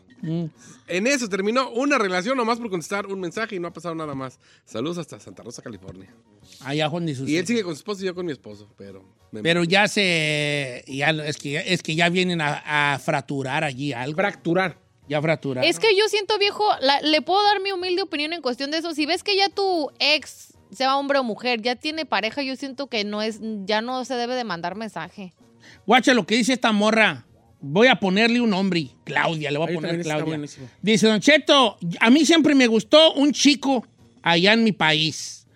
Speaker 5: En eso terminó una relación nomás por contestar un mensaje y no ha pasado nada más. Saludos hasta Santa Rosa, California.
Speaker 4: Allá Juan de sus-
Speaker 5: Y él sigue con su esposo y yo con mi esposo, pero... me-
Speaker 4: Pero ya se. Ya, es, que, es que ya vienen a, a fracturar allí algo.
Speaker 7: Fracturar.
Speaker 4: Ya fracturar.
Speaker 6: Es que yo siento, viejo, la- le puedo dar mi humilde opinión en cuestión de eso. Si ves que ya tu ex, sea hombre o mujer, ya tiene pareja, yo siento que no es, ya no se debe de mandar mensaje.
Speaker 4: Guacha lo que dice esta morra. Voy a ponerle un nombre. Claudia, le voy a
Speaker 7: Ahí
Speaker 4: poner
Speaker 7: también está
Speaker 4: Claudia.
Speaker 7: buenísimo.
Speaker 4: Dice, Don Cheto, a mí siempre me gustó un chico allá en mi país.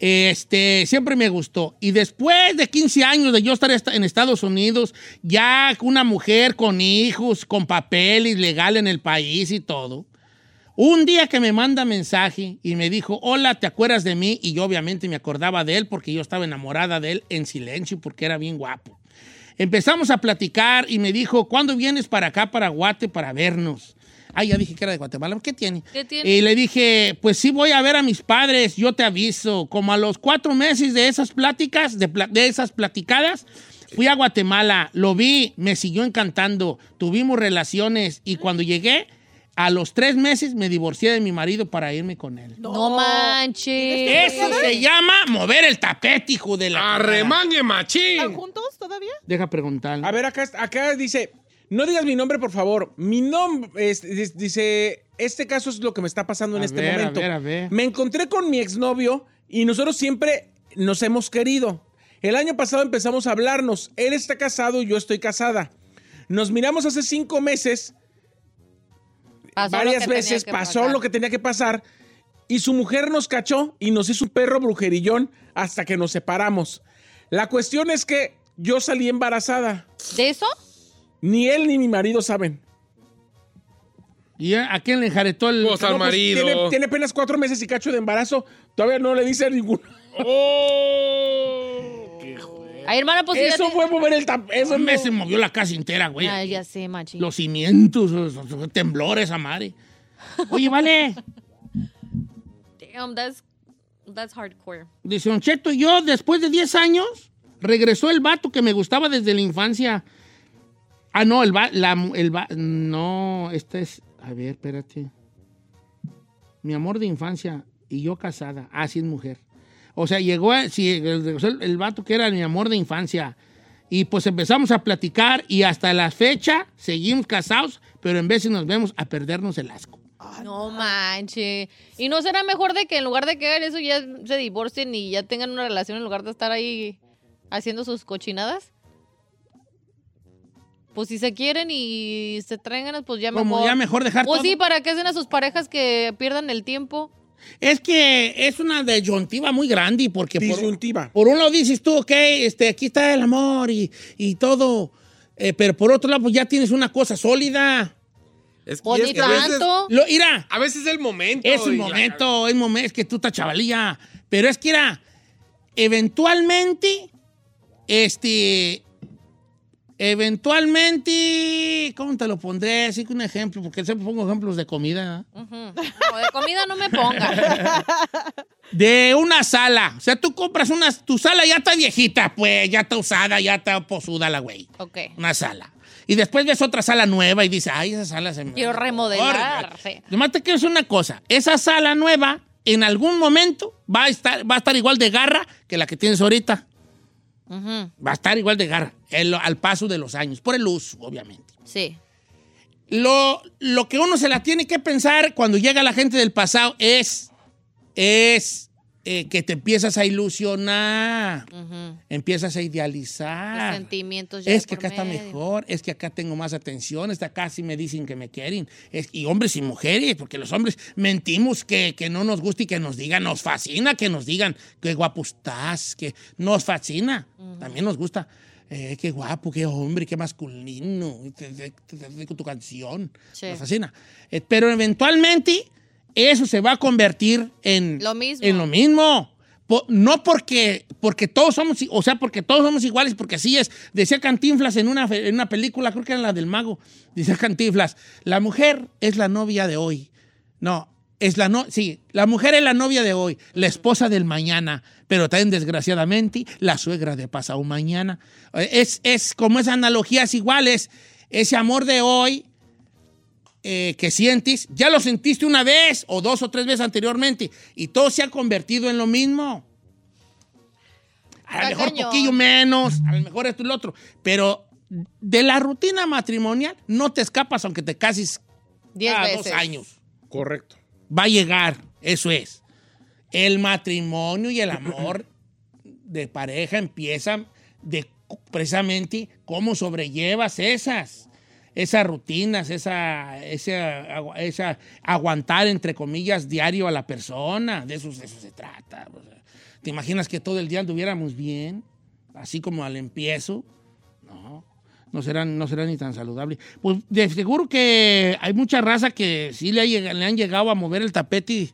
Speaker 4: Este, siempre me gustó. Y después de 15 años de yo estar est- en Estados Unidos, ya una mujer con hijos, con papel ilegal en el país y todo, un día que me manda mensaje y me dijo, hola, ¿te acuerdas de mí? Y yo obviamente me acordaba de él porque yo estaba enamorada de él en silencio porque era bien guapo. Empezamos a platicar y me dijo, ¿cuándo vienes para acá, para Guate, para vernos? Ah, ya dije que era de Guatemala. ¿Qué tiene?
Speaker 6: ¿Qué tiene?
Speaker 4: Y le dije, pues sí, voy a ver a mis padres, yo te aviso. Como a los cuatro meses de esas pláticas, de, pla- de esas platicadas, fui a Guatemala, lo vi, me siguió encantando, tuvimos relaciones y cuando llegué A los tres meses me divorcié de mi marido para irme con él.
Speaker 6: No, manches.
Speaker 4: Eso se llama mover el tapete, hijo de la...
Speaker 7: Ah,
Speaker 5: Arremangue
Speaker 9: ¿Están
Speaker 5: machín.
Speaker 9: juntos todavía?
Speaker 4: Deja preguntarle.
Speaker 7: A ver, acá, acá dice, no digas mi nombre, por favor. Mi nombre, es- es- dice, este caso es lo que me está pasando en
Speaker 4: A
Speaker 7: este
Speaker 4: ver, a
Speaker 7: momento.
Speaker 4: ver, a ver.
Speaker 7: Me encontré con mi exnovio y nosotros siempre nos hemos querido. El año pasado empezamos a hablarnos. Él está casado y yo estoy casada. Nos miramos hace cinco meses,
Speaker 6: Pasó lo que
Speaker 7: varias
Speaker 6: tenía
Speaker 7: veces,
Speaker 6: que
Speaker 7: pasó
Speaker 6: pasar.
Speaker 7: lo que tenía que pasar. Y su mujer nos cachó y nos hizo un perro brujerillón hasta que nos separamos. La cuestión es que yo salí embarazada.
Speaker 6: ¿De eso?
Speaker 7: Ni él ni mi marido saben.
Speaker 4: ¿Y a a quién le enjaretó el...?
Speaker 5: Pues al
Speaker 7: No, pues,
Speaker 5: marido.
Speaker 7: Tiene, tiene apenas cuatro meses y cacho de embarazo. Todavía no le dice a ninguno.
Speaker 5: ¡Oh! ¡Qué joder!
Speaker 6: Ay, hermana, pues ya
Speaker 7: Eso
Speaker 6: te-
Speaker 7: fue mover el tap. Eso
Speaker 4: Un mes
Speaker 7: es
Speaker 4: se movió la casa entera, güey.
Speaker 6: Ay, ya sé, machín.
Speaker 4: Los cimientos, los- los- los temblores, a madre. Oye, vale.
Speaker 6: Damn, that's, that's hardcore.
Speaker 4: Dice Don Cheto, yo después de 10 años regresó el vato que me gustaba desde la infancia. Ah, no, el va, la, mu- el va, no, esta es, a ver, espérate. Mi amor de infancia y yo casada, ah, sí es mujer. O sea, llegó, a- sí, regresó el, el vato que era mi amor de infancia. Y pues empezamos a platicar y hasta la fecha seguimos casados, pero en veces nos vemos a perdernos el asco.
Speaker 6: No manche. ¿Y no será mejor de que en lugar de que hagan eso ya se divorcien y ya tengan una relación en lugar de estar ahí haciendo sus cochinadas? Pues si se quieren y se traen ganas, pues ya
Speaker 4: Como
Speaker 6: mejor.
Speaker 4: ya mejor dejar
Speaker 6: Pues
Speaker 4: todo.
Speaker 6: sí, ¿para qué hacen a sus parejas que pierdan el tiempo?
Speaker 4: Es que es una disyuntiva muy grande porque por,
Speaker 7: disyuntiva.
Speaker 4: Por un lado dices tú, ok, este, aquí está el amor y, y todo. eh, pero por otro lado, pues ya tienes una cosa sólida.
Speaker 5: Es
Speaker 6: Pues
Speaker 5: y
Speaker 6: ni
Speaker 5: es a veces-
Speaker 6: tanto.
Speaker 4: Lo, mira,
Speaker 5: A veces es el momento.
Speaker 4: es
Speaker 5: y
Speaker 4: un
Speaker 5: la-
Speaker 4: momento, es momento, es que tú estás chavalía. Pero es que era, eventualmente, este, eventualmente, ¿cómo te lo pondré? Así que un ejemplo, porque siempre pongo ejemplos de comida. ¿eh?
Speaker 6: Ujú. No, de comida no me pongan.
Speaker 4: De una sala. O sea, tú compras una, tu sala ya está viejita, pues, ya está usada, ya está posuda la güey.
Speaker 6: Ok.
Speaker 4: una sala. Y después ves otra sala nueva y dices, ay, esa sala se me...
Speaker 6: Quiero remodelar, sí.
Speaker 4: Además te quiero decir una cosa, esa sala nueva en algún momento va a estar, va a estar igual de garra que la que tienes ahorita.
Speaker 6: Ujú,
Speaker 4: Va a estar igual de garra el- al paso de los años, por el uso, obviamente.
Speaker 6: Sí.
Speaker 4: Lo, lo que uno se la tiene que pensar cuando llega la gente del pasado es, es eh, que te empiezas a ilusionar,
Speaker 6: ujú.
Speaker 4: empiezas a
Speaker 6: Los
Speaker 4: idealizar.
Speaker 6: sentimientos ya
Speaker 4: Ah, Es que
Speaker 6: por
Speaker 4: acá está
Speaker 6: medio.
Speaker 4: mejor, es que acá tengo más atención, es que acá sí me dicen que me quieren. Es, y hombres y mujeres, porque los hombres mentimos que, que no nos gusta y que nos digan, nos fascina que nos digan qué guapo estás, que nos fascina, también nos gusta. Eh, qué guapo, qué hombre, qué masculino, y te- te- te- te- te- tu canción,
Speaker 6: Sí.
Speaker 4: nos fascina. Eh, pero eventualmente eso se va a convertir en
Speaker 6: Lo mismo.
Speaker 4: en lo mismo. Po- no porque, porque todos somos, i- o sea, porque todos somos iguales, porque así es. Decía Cantinflas en una, fe- en una película, creo que era la del mago, decía Cantinflas, la mujer es la novia de hoy. No, es la no, sí, la mujer es la novia de hoy, la esposa del mañana, pero también desgraciadamente la suegra de pasado mañana. Eh, Es, es como esas analogías iguales, ese amor de hoy eh, que sientes, ya lo sentiste una vez o dos o tres veces anteriormente y todo se ha convertido en lo mismo. A lo
Speaker 6: Está
Speaker 4: mejor
Speaker 6: cañón.
Speaker 4: poquillo menos, a lo mejor esto y lo otro, pero de la rutina matrimonial no te escapas aunque te cases
Speaker 6: Diez
Speaker 4: cada
Speaker 6: veces.
Speaker 4: Ah, dos años.
Speaker 7: Correcto.
Speaker 4: Va a llegar, eso es. El matrimonio y el amor de pareja empiezan de precisamente cómo sobrellevas esas, esas rutinas, esa, ese agu- esa aguantar, entre comillas, diario a la persona. De eso, de eso se trata. O sea, ¿Te imaginas que todo el día anduviéramos bien? Así como al empiezo. No, no será, no será ni tan saludable. Pues de seguro que hay mucha raza que sí le, ha llega- le han llegado a mover el tapete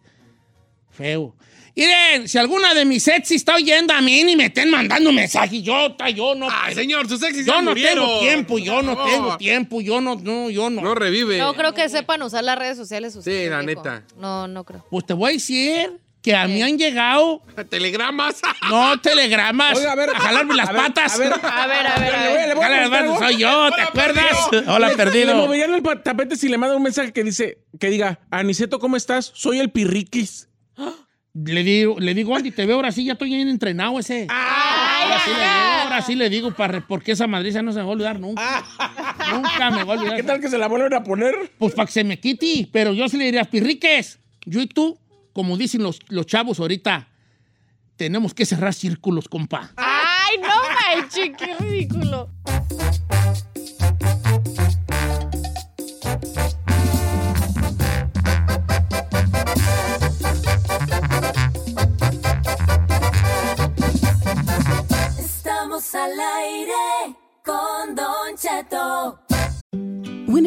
Speaker 4: feo. Miren, si alguna de mis sexy está oyendo a mí y me estén mandando mensajes, yo, ta- yo no.
Speaker 5: Ay, señor, tus sexys
Speaker 4: yo
Speaker 5: ya
Speaker 4: no
Speaker 5: murieron.
Speaker 4: tengo tiempo, yo no
Speaker 5: Por
Speaker 4: tengo
Speaker 5: favor.
Speaker 4: tiempo, yo no, no, yo no.
Speaker 5: No revive.
Speaker 6: No creo que sepan usar las redes sociales. ustedes,
Speaker 5: la
Speaker 6: viejo.
Speaker 5: neta.
Speaker 6: No, no creo.
Speaker 4: Pues te voy a decir que a mí han llegado.
Speaker 5: Telegramas.
Speaker 4: No, telegramas.
Speaker 7: Oiga, a ver.
Speaker 4: a jalarme las
Speaker 7: a ver,
Speaker 4: patas.
Speaker 7: a ver.
Speaker 6: A ver, a ver, a
Speaker 7: Le voy-
Speaker 6: ver.
Speaker 7: le voy a
Speaker 4: Jálame las
Speaker 7: contar
Speaker 4: patas,
Speaker 7: algo.
Speaker 4: soy yo, ¿te acuerdas? Hola,
Speaker 7: Le- Le
Speaker 4: perdido.
Speaker 7: moverían el pa- tapete si le manda un mensaje que dice, que diga, Aniceto, ¿cómo estás? Soy el Pirriquis.
Speaker 4: Le digo, le digo, Andy, te veo ahora sí, ya estoy bien entrenado ese.
Speaker 7: Ah.
Speaker 4: ahora, sí le digo, ahora sí le digo, parre, porque esa madriza no se me va a olvidar nunca. nunca me va a olvidar.
Speaker 7: Ah. ¿Qué tal que se la vuelven a poner?
Speaker 4: Pues para que se me quite, pero yo sí le diría, Pirriques, yo y tú, como dicen los, los chavos ahorita, tenemos que cerrar círculos, compa.
Speaker 6: Ay, no manches, qué ridículo.
Speaker 8: Estamos al aire con Don Cheto.
Speaker 10: When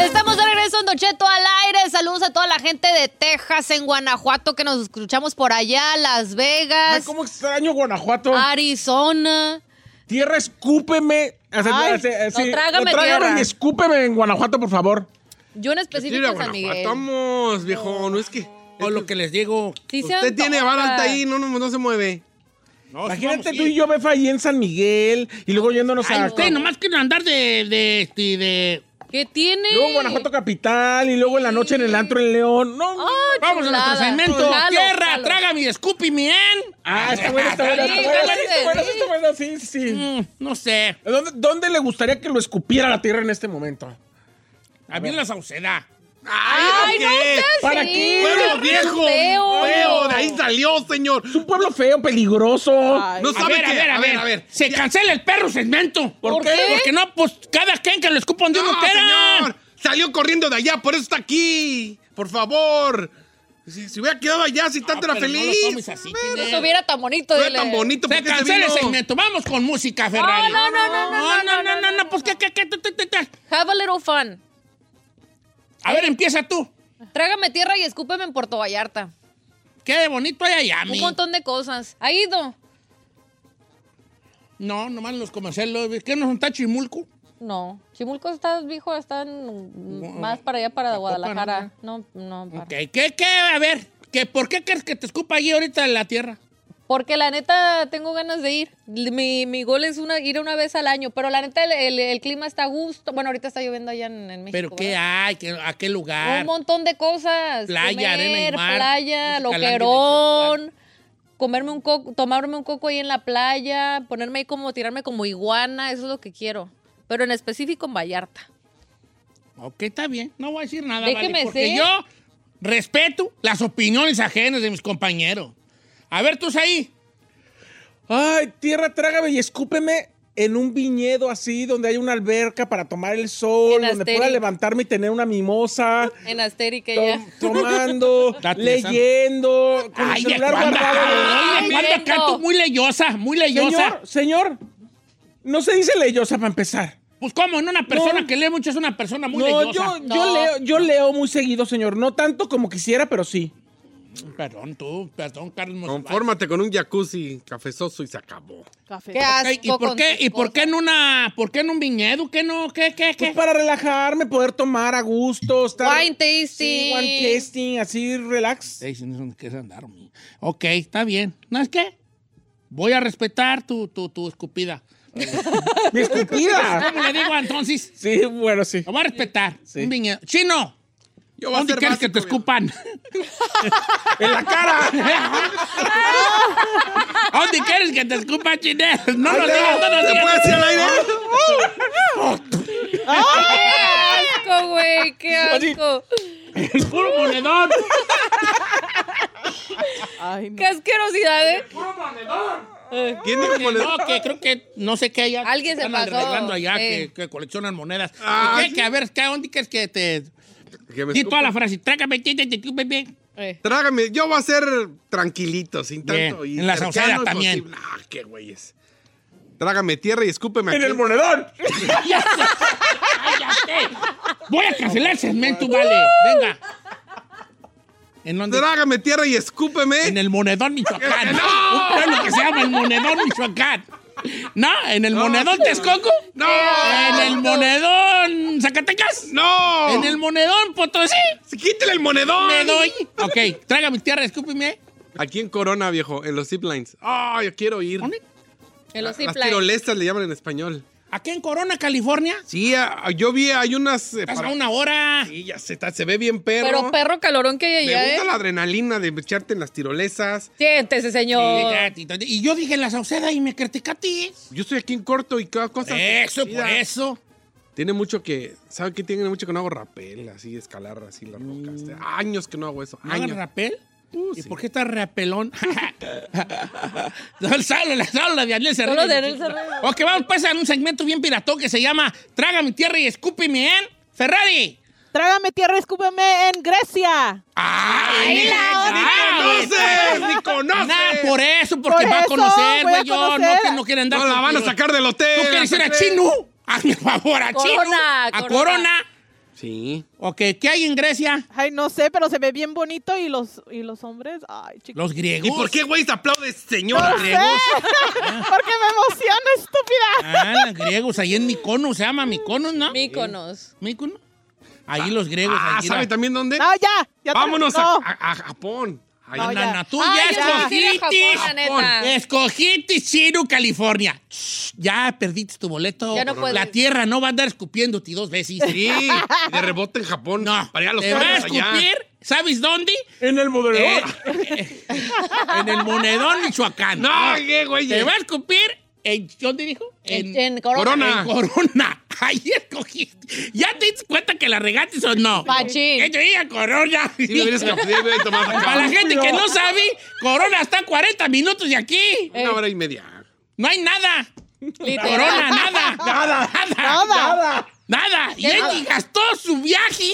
Speaker 6: Estamos de regreso en Docheto al aire. Saludos a toda la gente de Texas, en Guanajuato, que nos escuchamos por allá, Las
Speaker 7: Ay,
Speaker 6: Vegas,
Speaker 7: ¿Cómo extraño Guanajuato?
Speaker 6: Arizona.
Speaker 7: Tierra, escúpeme. Así-
Speaker 6: Ay,
Speaker 7: así-
Speaker 5: Eh,
Speaker 6: no,
Speaker 7: así-
Speaker 6: trágame tierra.
Speaker 7: y escúpeme en Guanajuato, por favor.
Speaker 6: Yo en específico
Speaker 5: Mira,
Speaker 6: en San Miguel.
Speaker 5: Guanajuato, vamos, viejo. No es que.
Speaker 4: O lo que les digo.
Speaker 6: Sí se
Speaker 5: Usted tiene
Speaker 6: antoja.
Speaker 5: barata ahí, no, no, no se mueve.
Speaker 7: Imagínate tú y yo, Befa, ahí en San Miguel y luego yéndonos
Speaker 4: Ay,
Speaker 7: a.
Speaker 4: ustedes nomás quieren andar de, de, este, de-
Speaker 6: ¿Qué tiene?
Speaker 7: Luego en Guanajuato Capital y luego en la noche en el antro en León. No,
Speaker 6: Ay,
Speaker 4: Vamos a nuestro
Speaker 6: chulada.
Speaker 4: segmento.
Speaker 6: Jalo,
Speaker 4: Tierra,
Speaker 6: jalo.
Speaker 4: trágame, escúpeme, ¿en?
Speaker 7: Ah, está bueno, está bueno, está
Speaker 6: Sí,
Speaker 7: bueno,
Speaker 6: sí,
Speaker 7: sí, está bueno,
Speaker 6: sí.
Speaker 7: sí, está bueno, sí, sí, sí.
Speaker 4: Mm, no sé.
Speaker 7: ¿Dónde, dónde le gustaría que lo escupiera la tierra en este momento?
Speaker 4: A mí en la sauceda.
Speaker 6: Ay, no seas
Speaker 7: ¿Para
Speaker 6: así.
Speaker 7: qué?
Speaker 5: ¡Pueblo viejo!
Speaker 6: Feo.
Speaker 5: ¡Feo! ¡De ahí salió, señor!
Speaker 7: Es un pueblo feo, peligroso.
Speaker 5: No
Speaker 4: A
Speaker 5: sabe
Speaker 4: ver, a
Speaker 5: qué.
Speaker 4: ver, a ver, Se cancela el perro segmento.
Speaker 7: ¿Por qué?
Speaker 4: Porque no, pues cada quien que lo escupa donde uno
Speaker 5: ¡No,
Speaker 4: quiera.
Speaker 5: señor! Salió corriendo de allá, por eso está aquí. Por favor. Si, si hubiera quedado allá, si tanto
Speaker 4: Pero
Speaker 5: era
Speaker 4: no lo
Speaker 5: feliz.
Speaker 4: tomes así,
Speaker 6: No
Speaker 4: Tinel.
Speaker 6: estuviera tan bonito.
Speaker 5: No era
Speaker 6: dile.
Speaker 5: tan bonito. ¿por
Speaker 4: Se
Speaker 5: qué se
Speaker 4: cancela el
Speaker 5: vino?
Speaker 4: segmento. Vamos con música, Ferrari.
Speaker 6: No, no, no, no, no,
Speaker 4: no, no, no, no, pues que, que, que, tu, tu, tu, tu.
Speaker 6: Have a little fun.
Speaker 4: A ver, empieza tú.
Speaker 6: Trágame tierra y escúpeme en Puerto Vallarta.
Speaker 4: Qué de bonito hay allá,
Speaker 6: Un
Speaker 4: mi.
Speaker 6: montón de cosas. Ha ido.
Speaker 4: No, nomás en los comerciales. ¿Qué no son Tachimulco?
Speaker 6: No, Chimulco está viejo, está en- más para allá, para Guadalajara. No, no. para.
Speaker 4: Ok, ¿qué, qué? A ver, ¿qué, ¿por qué crees que te escupa allí ahorita en la tierra?
Speaker 6: Porque la neta tengo ganas de ir. Mi, mi gol es una, ir una vez al año, pero la neta el, el- el clima está a gusto. Bueno, ahorita está lloviendo allá en, en México.
Speaker 4: ¿Pero qué
Speaker 6: ¿verdad?
Speaker 4: hay? ¿Qué- ¿A qué lugar?
Speaker 6: Un montón de cosas.
Speaker 4: Playa, arena y mar,
Speaker 6: Playa,
Speaker 4: música
Speaker 6: loquerón. Comerme un coco, tomarme un coco ahí en la playa, ponerme ahí como, tirarme como iguana, eso es lo que quiero. Pero en específico en Vallarta.
Speaker 4: Ok, está bien. No voy a decir nada,
Speaker 6: Déjeme
Speaker 4: vale, porque
Speaker 6: ser.
Speaker 4: yo respeto las opiniones ajenas de mis compañeros. A ver, tú ahí.
Speaker 7: Ay, tierra, trágame y escúpeme en un viñedo así, donde hay una alberca para tomar el sol,
Speaker 6: En
Speaker 7: donde
Speaker 6: Asterix.
Speaker 7: pueda levantarme y tener una mimosa.
Speaker 6: En Astérica
Speaker 7: to-
Speaker 6: ya.
Speaker 7: tomando,
Speaker 4: Está pensando.
Speaker 7: leyendo, con el celular
Speaker 4: cuándo
Speaker 7: guardado.
Speaker 4: acá? Ay,
Speaker 6: Ay,
Speaker 4: ¿cuándo acá
Speaker 6: viendo.
Speaker 4: tú muy leyosa, muy leyosa.
Speaker 7: Señor, señor, no se dice leyosa para empezar.
Speaker 4: Pues cómo, en una persona que lee mucho es una persona muy
Speaker 7: no,
Speaker 4: leyosa.
Speaker 7: yo, yo leo, yo leo muy seguido, señor. No tanto como quisiera, pero sí.
Speaker 4: Perdón, tú, perdón, Carlos. Monsiváis.
Speaker 5: Confórmate con un jacuzzi cafezoso y se acabó.
Speaker 9: Café.
Speaker 6: Qué
Speaker 4: Ok,
Speaker 6: asco.
Speaker 4: ¿Y por
Speaker 6: con
Speaker 4: qué?
Speaker 6: tus
Speaker 4: ¿Y por qué en una, por qué en un viñedo? ¿Qué no? ¿Qué, qué,
Speaker 7: Pues
Speaker 4: qué?
Speaker 7: para relajarme, poder tomar a gusto, estar.
Speaker 6: Wine tasting.
Speaker 7: Sí, wine tasting, así relax.
Speaker 4: Ey, si no son- ¿qué se andaron? Ok, está bien. ¿No es qué? Voy a respetar tu, tu, tu escupida.
Speaker 7: Mi escupida.
Speaker 4: ¿Cómo le digo entonces?
Speaker 7: Sí, bueno, sí.
Speaker 4: Lo voy a respetar. Un viñedo. ¡Chino! ¿Dónde quieres que te escupan?
Speaker 7: ¡En la cara!
Speaker 4: ¿Dónde quieres que te escupan, chinés? No
Speaker 7: Ahí
Speaker 4: lo
Speaker 7: te
Speaker 4: digas,
Speaker 7: va.
Speaker 4: no lo
Speaker 7: ¿Te
Speaker 4: digas.
Speaker 7: puedes decir al aire?
Speaker 3: ¡Ay, qué asco, güey! ¡Qué
Speaker 4: Así.
Speaker 3: asco!
Speaker 4: ¡El puro monedón!
Speaker 3: ¡Qué asquerosidad, eh!
Speaker 4: ¿Quién dijo monedón? No, que creo que no sé qué allá.
Speaker 3: Alguien se
Speaker 4: están
Speaker 3: pasó.
Speaker 4: arreglando allá
Speaker 3: Eh.
Speaker 4: que, que coleccionan monedas. ¿Y qué? Que a ver, ¿qué? ¿dónde quieres que te...?
Speaker 5: Que Ah. me
Speaker 4: Di toda
Speaker 5: escupan.
Speaker 4: la frase. Trágame, ti, ti, ti, ti, bebé.
Speaker 3: Eh,
Speaker 5: Trágame, yo voy a ser tranquilito, sin
Speaker 4: Bien,
Speaker 5: tanto.
Speaker 4: en la
Speaker 5: cercano
Speaker 4: sauceda
Speaker 5: es
Speaker 4: también.
Speaker 5: posible. Ah, qué güeyes. Trágame tierra y escúpeme
Speaker 7: ¡En
Speaker 5: aquí.
Speaker 7: el monedón!
Speaker 4: Voy a cancelar el segmento, vale. Venga. ¿En dónde?
Speaker 5: Trágame tierra y escúpeme.
Speaker 4: En el monedón Michoacán.
Speaker 5: ¡No!
Speaker 4: Un pueblo que se llama el monedón Michoacán. ¿No? ¿En el monedón Texcoco?
Speaker 5: ¡No!
Speaker 4: ¿En el monedón Zacatecas?
Speaker 5: ¡No!
Speaker 4: ¿En el monedón Potosí?
Speaker 5: ¡Quítale el monedón!
Speaker 4: Me doy. Ok, traga mi tierra, escúpeme.
Speaker 5: Aquí en Corona, viejo, en los ziplines. ¡Ah, yo quiero ir!
Speaker 4: ¿Dónde?
Speaker 3: En los
Speaker 5: Las
Speaker 3: zip lines.
Speaker 5: tirolesas le llaman en español.
Speaker 4: Aquí en Corona, California.
Speaker 5: Sí, ah, yo vi, hay unas... eh,
Speaker 4: Estás
Speaker 5: para-
Speaker 4: a una hora.
Speaker 5: Sí, ya se, está- se ve bien perro.
Speaker 3: Pero perro calorón que hay
Speaker 5: Me
Speaker 3: allá,
Speaker 5: gusta
Speaker 3: ¿eh?
Speaker 5: la adrenalina de echarte en las tirolesas.
Speaker 3: Siéntese, señor.
Speaker 4: Y yo dije la sauceda y me criticaste.
Speaker 5: Yo estoy aquí en corto y cada cosa.
Speaker 4: Eso, por
Speaker 5: chidas.
Speaker 4: eso.
Speaker 5: Tiene mucho que. ¿Saben qué? Tiene mucho que no hago rappel, así, escalar, así las rocas. Años que no hago eso.
Speaker 4: Mm. ¿No hagan
Speaker 5: Años.
Speaker 4: rapel?
Speaker 5: Uh,
Speaker 4: ¿Y
Speaker 5: sí.
Speaker 4: por qué estás rapelón? no, solo la solo la de Anel Cerrillo.
Speaker 3: Solo de Anel Cerrillo.
Speaker 4: Ok, vamos pues a un segmento bien piratón que se llama Traga mi tierra y escúpeme en Ferrari.
Speaker 9: Trágame tierra, escúpeme en Grecia.
Speaker 4: ¡Ay,
Speaker 5: ¡Ni conoces! ¡Ni conoces!
Speaker 4: Nah, por eso, porque
Speaker 9: Por
Speaker 4: va a
Speaker 9: eso,
Speaker 4: conocer,
Speaker 9: voy a
Speaker 4: güey. Yo no,
Speaker 9: conocer.
Speaker 4: que no quieren andar
Speaker 5: No la van a
Speaker 4: contigo.
Speaker 5: sacar del hotel.
Speaker 4: ¿Tú quieres ir a Chinu? A mi favor, a Chinu.
Speaker 3: Corona,
Speaker 4: A
Speaker 3: Corona.
Speaker 4: Corona.
Speaker 5: Sí.
Speaker 4: Ok, ¿qué hay en Grecia?
Speaker 9: Ay, no sé, pero se ve bien bonito y los, y los hombres, ay, chicos.
Speaker 4: Los griegos.
Speaker 5: ¿Y por qué, güey, te aplaudes, señora?
Speaker 9: No sé, porque me emociona, estúpida.
Speaker 4: Ah, los griegos, ahí en Miconos, se llama Miconos, ¿no?
Speaker 3: Míconos.
Speaker 4: Miconos. Ahí los griegos.
Speaker 5: Ah,
Speaker 4: aquí
Speaker 5: ¿sabe
Speaker 4: la-
Speaker 5: también dónde?
Speaker 9: No, ya. ya te-
Speaker 5: Vámonos a-
Speaker 9: no.
Speaker 5: a, a Japón. Ahí
Speaker 9: No,
Speaker 5: anda.
Speaker 4: Nana,
Speaker 9: ya.
Speaker 4: tú
Speaker 3: Ay,
Speaker 4: ya
Speaker 3: Ah, yo quisiera ir a
Speaker 4: escogiste.
Speaker 3: Japón, la neta.
Speaker 4: Escogiste Chino, California. Shh, Ya perdiste tu boleto.
Speaker 3: Ya no puedes.
Speaker 4: La tierra no va a andar escupiéndote dos veces.
Speaker 5: Sí, de rebote en Japón.
Speaker 4: No.
Speaker 5: Para allá los
Speaker 4: Te va a
Speaker 5: perros allá.
Speaker 4: escupir, ¿sabes dónde?
Speaker 7: ¡En el monedón!
Speaker 4: Eh, eh, en el Monedón, Michoacán.
Speaker 5: No, qué güey.
Speaker 4: Te va a escupir en... ¿Dónde dijo?
Speaker 3: En, en Corona.
Speaker 5: Corona.
Speaker 4: En Corona. Ahí escogiste. ¿Ya te diste cuenta que la regates o no?
Speaker 3: Pachín.
Speaker 4: Que yo iba a Corona.
Speaker 5: Sí, me hubieras escapado, güey, tomás acá.
Speaker 4: Para la gente que no sabe, Corona está a 40 minutos de aquí.
Speaker 5: Una hora y media.
Speaker 4: No hay nada. Corona, nada. Nada. Nada.
Speaker 7: ¡Nada!
Speaker 4: Nada. Y Eddie gastó su viaje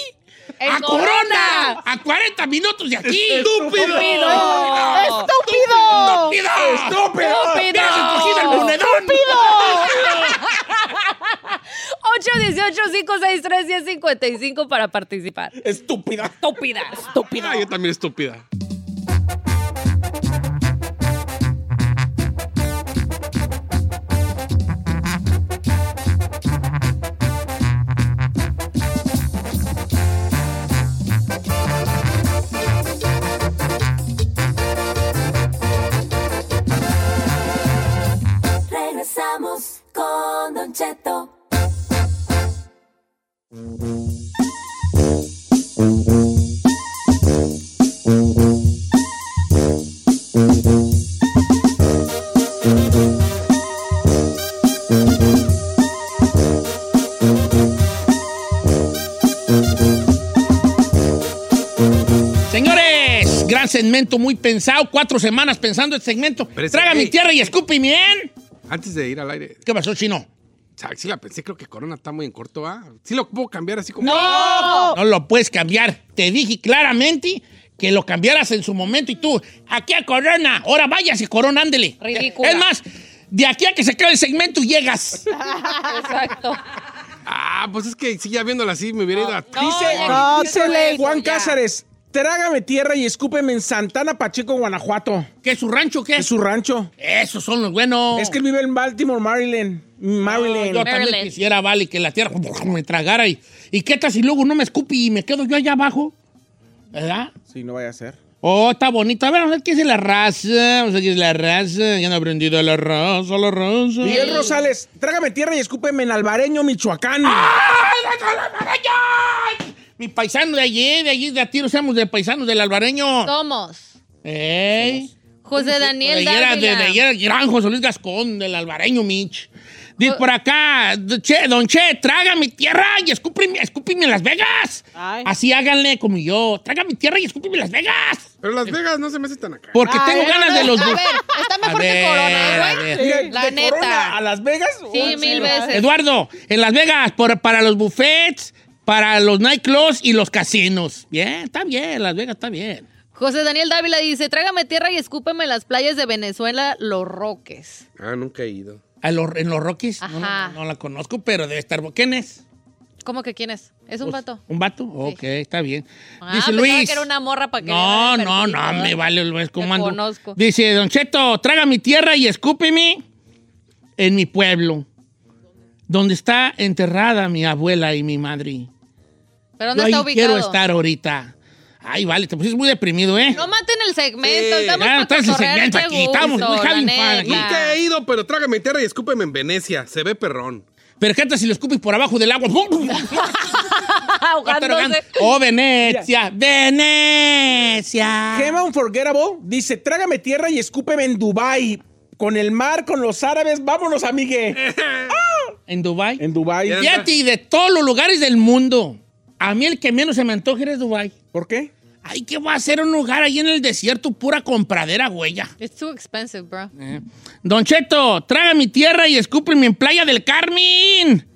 Speaker 3: En
Speaker 4: a Corona.
Speaker 3: Corona.
Speaker 4: A 40 minutos de aquí.
Speaker 5: ¡Estúpido!
Speaker 4: ¡Estúpido!
Speaker 9: ¡Estúpido!
Speaker 4: ¡Estúpido!
Speaker 7: ¡Estúpido!
Speaker 4: ¡Me has escogido el monedón!
Speaker 3: 818-563-1055 para participar.
Speaker 7: ¡Estúpida!
Speaker 3: Estúpida.
Speaker 5: Ah, yo también estúpida.
Speaker 8: Regresamos con Don Cheto.
Speaker 4: Señores, gran segmento muy pensado. Cuatro semanas pensando el segmento.
Speaker 5: Pero es-
Speaker 4: Traga mi
Speaker 5: ey.
Speaker 4: tierra y escupe bien.
Speaker 5: Antes de ir al aire,
Speaker 4: ¿Qué pasó, chino?
Speaker 5: ¿sabes? sí la pensé, creo que Corona está muy en corto, ¿ah? Sí lo puedo cambiar así como...
Speaker 3: Oh.
Speaker 4: No lo puedes cambiar. Te dije claramente que lo cambiaras en su momento y tú, aquí a Corona, ahora váyase, Corona, ándele.
Speaker 3: Ridícula.
Speaker 4: Es más, de aquí a que se acabe el segmento llegas.
Speaker 3: Exacto.
Speaker 5: Ah, pues es que sí, ya viéndolo así me hubiera ido a...
Speaker 7: Dice,
Speaker 9: no,
Speaker 7: dice
Speaker 9: too late,
Speaker 7: Juan
Speaker 3: ya.
Speaker 7: Cázares, trágame tierra y escúpeme en Santana Pacheco, Guanajuato.
Speaker 4: ¿Qué su rancho qué?
Speaker 7: Es su rancho.
Speaker 4: Esos son los buenos.
Speaker 7: Es que él vive en Baltimore, Maryland. Maryland.
Speaker 4: Yo también
Speaker 3: Maryland.
Speaker 4: quisiera, vale, que la tierra me tragara y, y qué tal si luego no me escupe y me quedo yo allá abajo. ¿Verdad?
Speaker 7: Sí, no vaya a ser.
Speaker 4: Oh, está bonito. A ver, vamos a ver qué es la raza. Vamos a ver qué es la raza. Ya han aprendido la raza, la raza.
Speaker 7: Miguel Rosales, trágame tierra y escúpeme en Albareño, Michoacán.
Speaker 4: Ah. Mi paisano de allí, de allí de a tiro, seamos de paisanos del albareño.
Speaker 6: Somos.
Speaker 4: Ey.
Speaker 6: José Daniel
Speaker 4: De ayer era- de,
Speaker 6: Dávila.
Speaker 4: de ayer era gran José Luis Gascón, del albareño Mich. Dice por acá, che, don Che, traga mi tierra y escúpime, escúpime en Las Vegas. Así háganle como yo. Traga mi tierra y escúpime en Las Vegas.
Speaker 5: Pero Las Vegas no se me hace tan acá.
Speaker 4: Porque tengo ganas de los
Speaker 5: A
Speaker 4: dos.
Speaker 5: ver,
Speaker 6: está
Speaker 4: mejor que
Speaker 6: ¿eh,
Speaker 4: Corona, güey.
Speaker 6: La neta.
Speaker 7: ¿A Las Vegas? oh,
Speaker 6: Sí, mil veces.
Speaker 4: Eduardo, en Las Vegas, por- para los buffets, para los nightclubs y los casinos. Bien, está bien, Las Vegas está bien.
Speaker 6: José Daniel Dávila dice, trágame tierra y escúpeme en las playas de Venezuela, Los Roques.
Speaker 4: Ah, nunca he ido. ¿En los Rockies? No,
Speaker 6: Ajá.
Speaker 4: no la conozco, pero debe estar. ¿Quién es?
Speaker 6: ¿Cómo que quién es? ¿Es un
Speaker 4: Pues,
Speaker 6: vato?
Speaker 4: ¿Un vato? Ok, está bien.
Speaker 6: Ah,
Speaker 4: Dice
Speaker 6: pensaba
Speaker 4: Luis.
Speaker 6: que era una morra para que...
Speaker 4: No,
Speaker 6: le
Speaker 4: no,
Speaker 6: dieran
Speaker 4: no,
Speaker 6: permiso.
Speaker 4: me vale Luis comando.
Speaker 6: conozco.
Speaker 4: Dice, Don Cheto, traga mi tierra y escúpeme en mi pueblo, donde está enterrada mi abuela y mi madre.
Speaker 6: ¿Pero dónde
Speaker 4: Yo
Speaker 6: está
Speaker 4: ahí
Speaker 6: quiero
Speaker 4: quiero estar ahorita. Ay, vale, te pusiste muy deprimido, ¿eh?
Speaker 6: No maten el segmento, estamos
Speaker 4: Ya,
Speaker 6: para
Speaker 4: entonces el
Speaker 6: cotorrear,
Speaker 4: segmento
Speaker 6: qué
Speaker 4: aquí, estamos
Speaker 6: gusto,
Speaker 4: muy
Speaker 6: la
Speaker 4: having fun
Speaker 6: neta.
Speaker 4: aquí.
Speaker 5: Nunca he ido, pero trágame tierra y escúpeme en Venecia. Se ve perrón.
Speaker 4: Pero ¿qué tal si lo escupes por abajo del agua?
Speaker 7: Ahogándose.
Speaker 4: ¡Oh, Venecia! ¡Venecia!
Speaker 7: Gema Unforgettable dice, trágame tierra y escúpeme en Dubai Con el mar, con los árabes, vámonos, amigue.
Speaker 4: ¿En Dubai?
Speaker 7: En Dubai.
Speaker 4: Fíjate, y de todos los lugares del mundo, a mí el que menos se me antoja es Dubai.
Speaker 7: ¿Por qué?
Speaker 4: Ay, que va a ser un lugar ahí en el desierto, pura compradera, huella.
Speaker 6: It's too expensive, bro.
Speaker 4: Eh. Don Cheto, traga mi tierra y escúpeme en Playa del Carmen.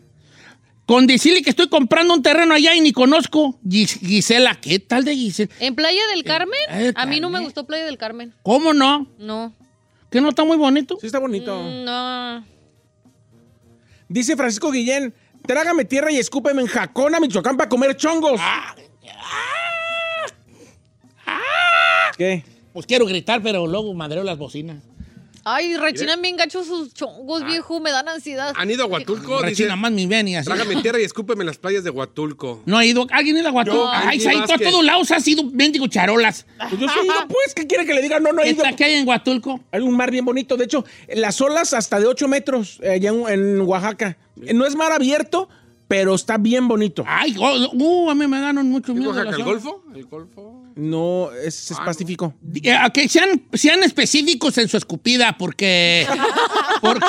Speaker 4: Con decirle que estoy comprando un terreno allá y ni conozco. Gis- Gisela, ¿qué tal de Gisela?
Speaker 6: ¿En Playa del Carmen?
Speaker 4: Eh, Playa del
Speaker 6: A mí no me gustó Playa del Carmen.
Speaker 4: ¿Cómo no?
Speaker 6: No.
Speaker 4: ¿Que no está muy bonito?
Speaker 7: Sí, está bonito.
Speaker 6: Mm. No.
Speaker 7: Dice Francisco Guillén, trágame tierra y escúpeme en Jacona, Michoacán, para comer chongos.
Speaker 4: Ah.
Speaker 7: ¿Qué?
Speaker 4: Pues quiero gritar, pero luego madreo las bocinas.
Speaker 6: Ay,
Speaker 4: ¿Eh?
Speaker 6: rechinan bien gachos sus chongos,
Speaker 4: Ah.
Speaker 6: viejo, me dan ansiedad.
Speaker 5: ¿Han ido a Huatulco?
Speaker 4: Rechina más mis venias.
Speaker 5: Trágame tierra y escúpeme en las playas de Huatulco.
Speaker 4: No ha ido. ¿Alguien en la Guatú?
Speaker 5: Yo,
Speaker 4: Ay,
Speaker 5: Angie
Speaker 4: se ha ido a
Speaker 5: Vázquez.
Speaker 4: todos lados, ha sido mendigo charolas.
Speaker 7: yo sí he ido, pues. ¿Qué quiere que le diga? No, no he ido.
Speaker 4: ¿Qué hay en Huatulco?
Speaker 7: Hay un mar bien bonito. De hecho, las olas hasta de 8 metros eh, allá en, en Oaxaca. No es mar abierto, pero está bien bonito.
Speaker 4: Ay, oh, uh, a mí me dan mucho miedo.
Speaker 7: Oaxaca,
Speaker 4: las
Speaker 7: el
Speaker 4: olas.
Speaker 7: Golfo? No, es, es pacífico.
Speaker 4: Eh, a que sean, sean específicos en su escupida, porque. Porque,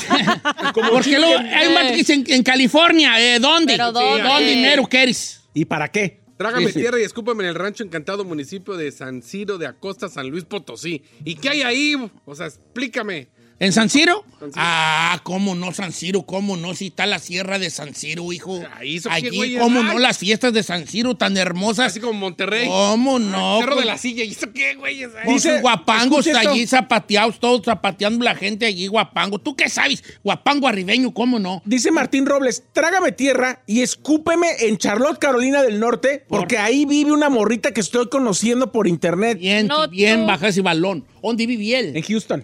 Speaker 4: porque
Speaker 7: chile
Speaker 4: luego
Speaker 7: que-
Speaker 4: hay un vato que dice en, en California, eh, ¿dónde?
Speaker 6: Pero
Speaker 4: ¿dónde?
Speaker 6: ¿dónde?
Speaker 4: dinero quieres?
Speaker 7: ¿Y para qué?
Speaker 5: Trágame
Speaker 7: Sí, sí.
Speaker 5: tierra y escúpeme en el rancho encantado municipio de San Ciro de Acosta, San Luis Potosí. ¿Y qué hay ahí? O sea, explícame.
Speaker 4: ¿En San Ciro? Ah, cómo no, San Ciro, cómo no, si está la sierra de San Ciro, hijo. Ahí,
Speaker 5: ¿eso qué,
Speaker 4: Allí,
Speaker 5: güey?
Speaker 4: cómo
Speaker 5: Ay.
Speaker 4: no, las fiestas de San Ciro tan hermosas. Así
Speaker 5: como Monterrey.
Speaker 4: Oh, Cómo no.
Speaker 5: Cerro de
Speaker 4: con-
Speaker 5: la silla. ¿Y eso qué, güey? Es-
Speaker 4: Con sus guapangos
Speaker 5: escucha esto.
Speaker 4: allí zapateados, todos zapateando la gente allí, guapango. ¿Tú qué sabes? Guapango arribeño, ¿cómo no?
Speaker 7: Dice Martín Robles, trágame tierra y escúpeme en Charlotte, Carolina del Norte, porque ahí vive una morrita que estoy conociendo por internet.
Speaker 4: Bien, bien, baja ese balón. ¿Dónde vivía él?
Speaker 7: En Houston.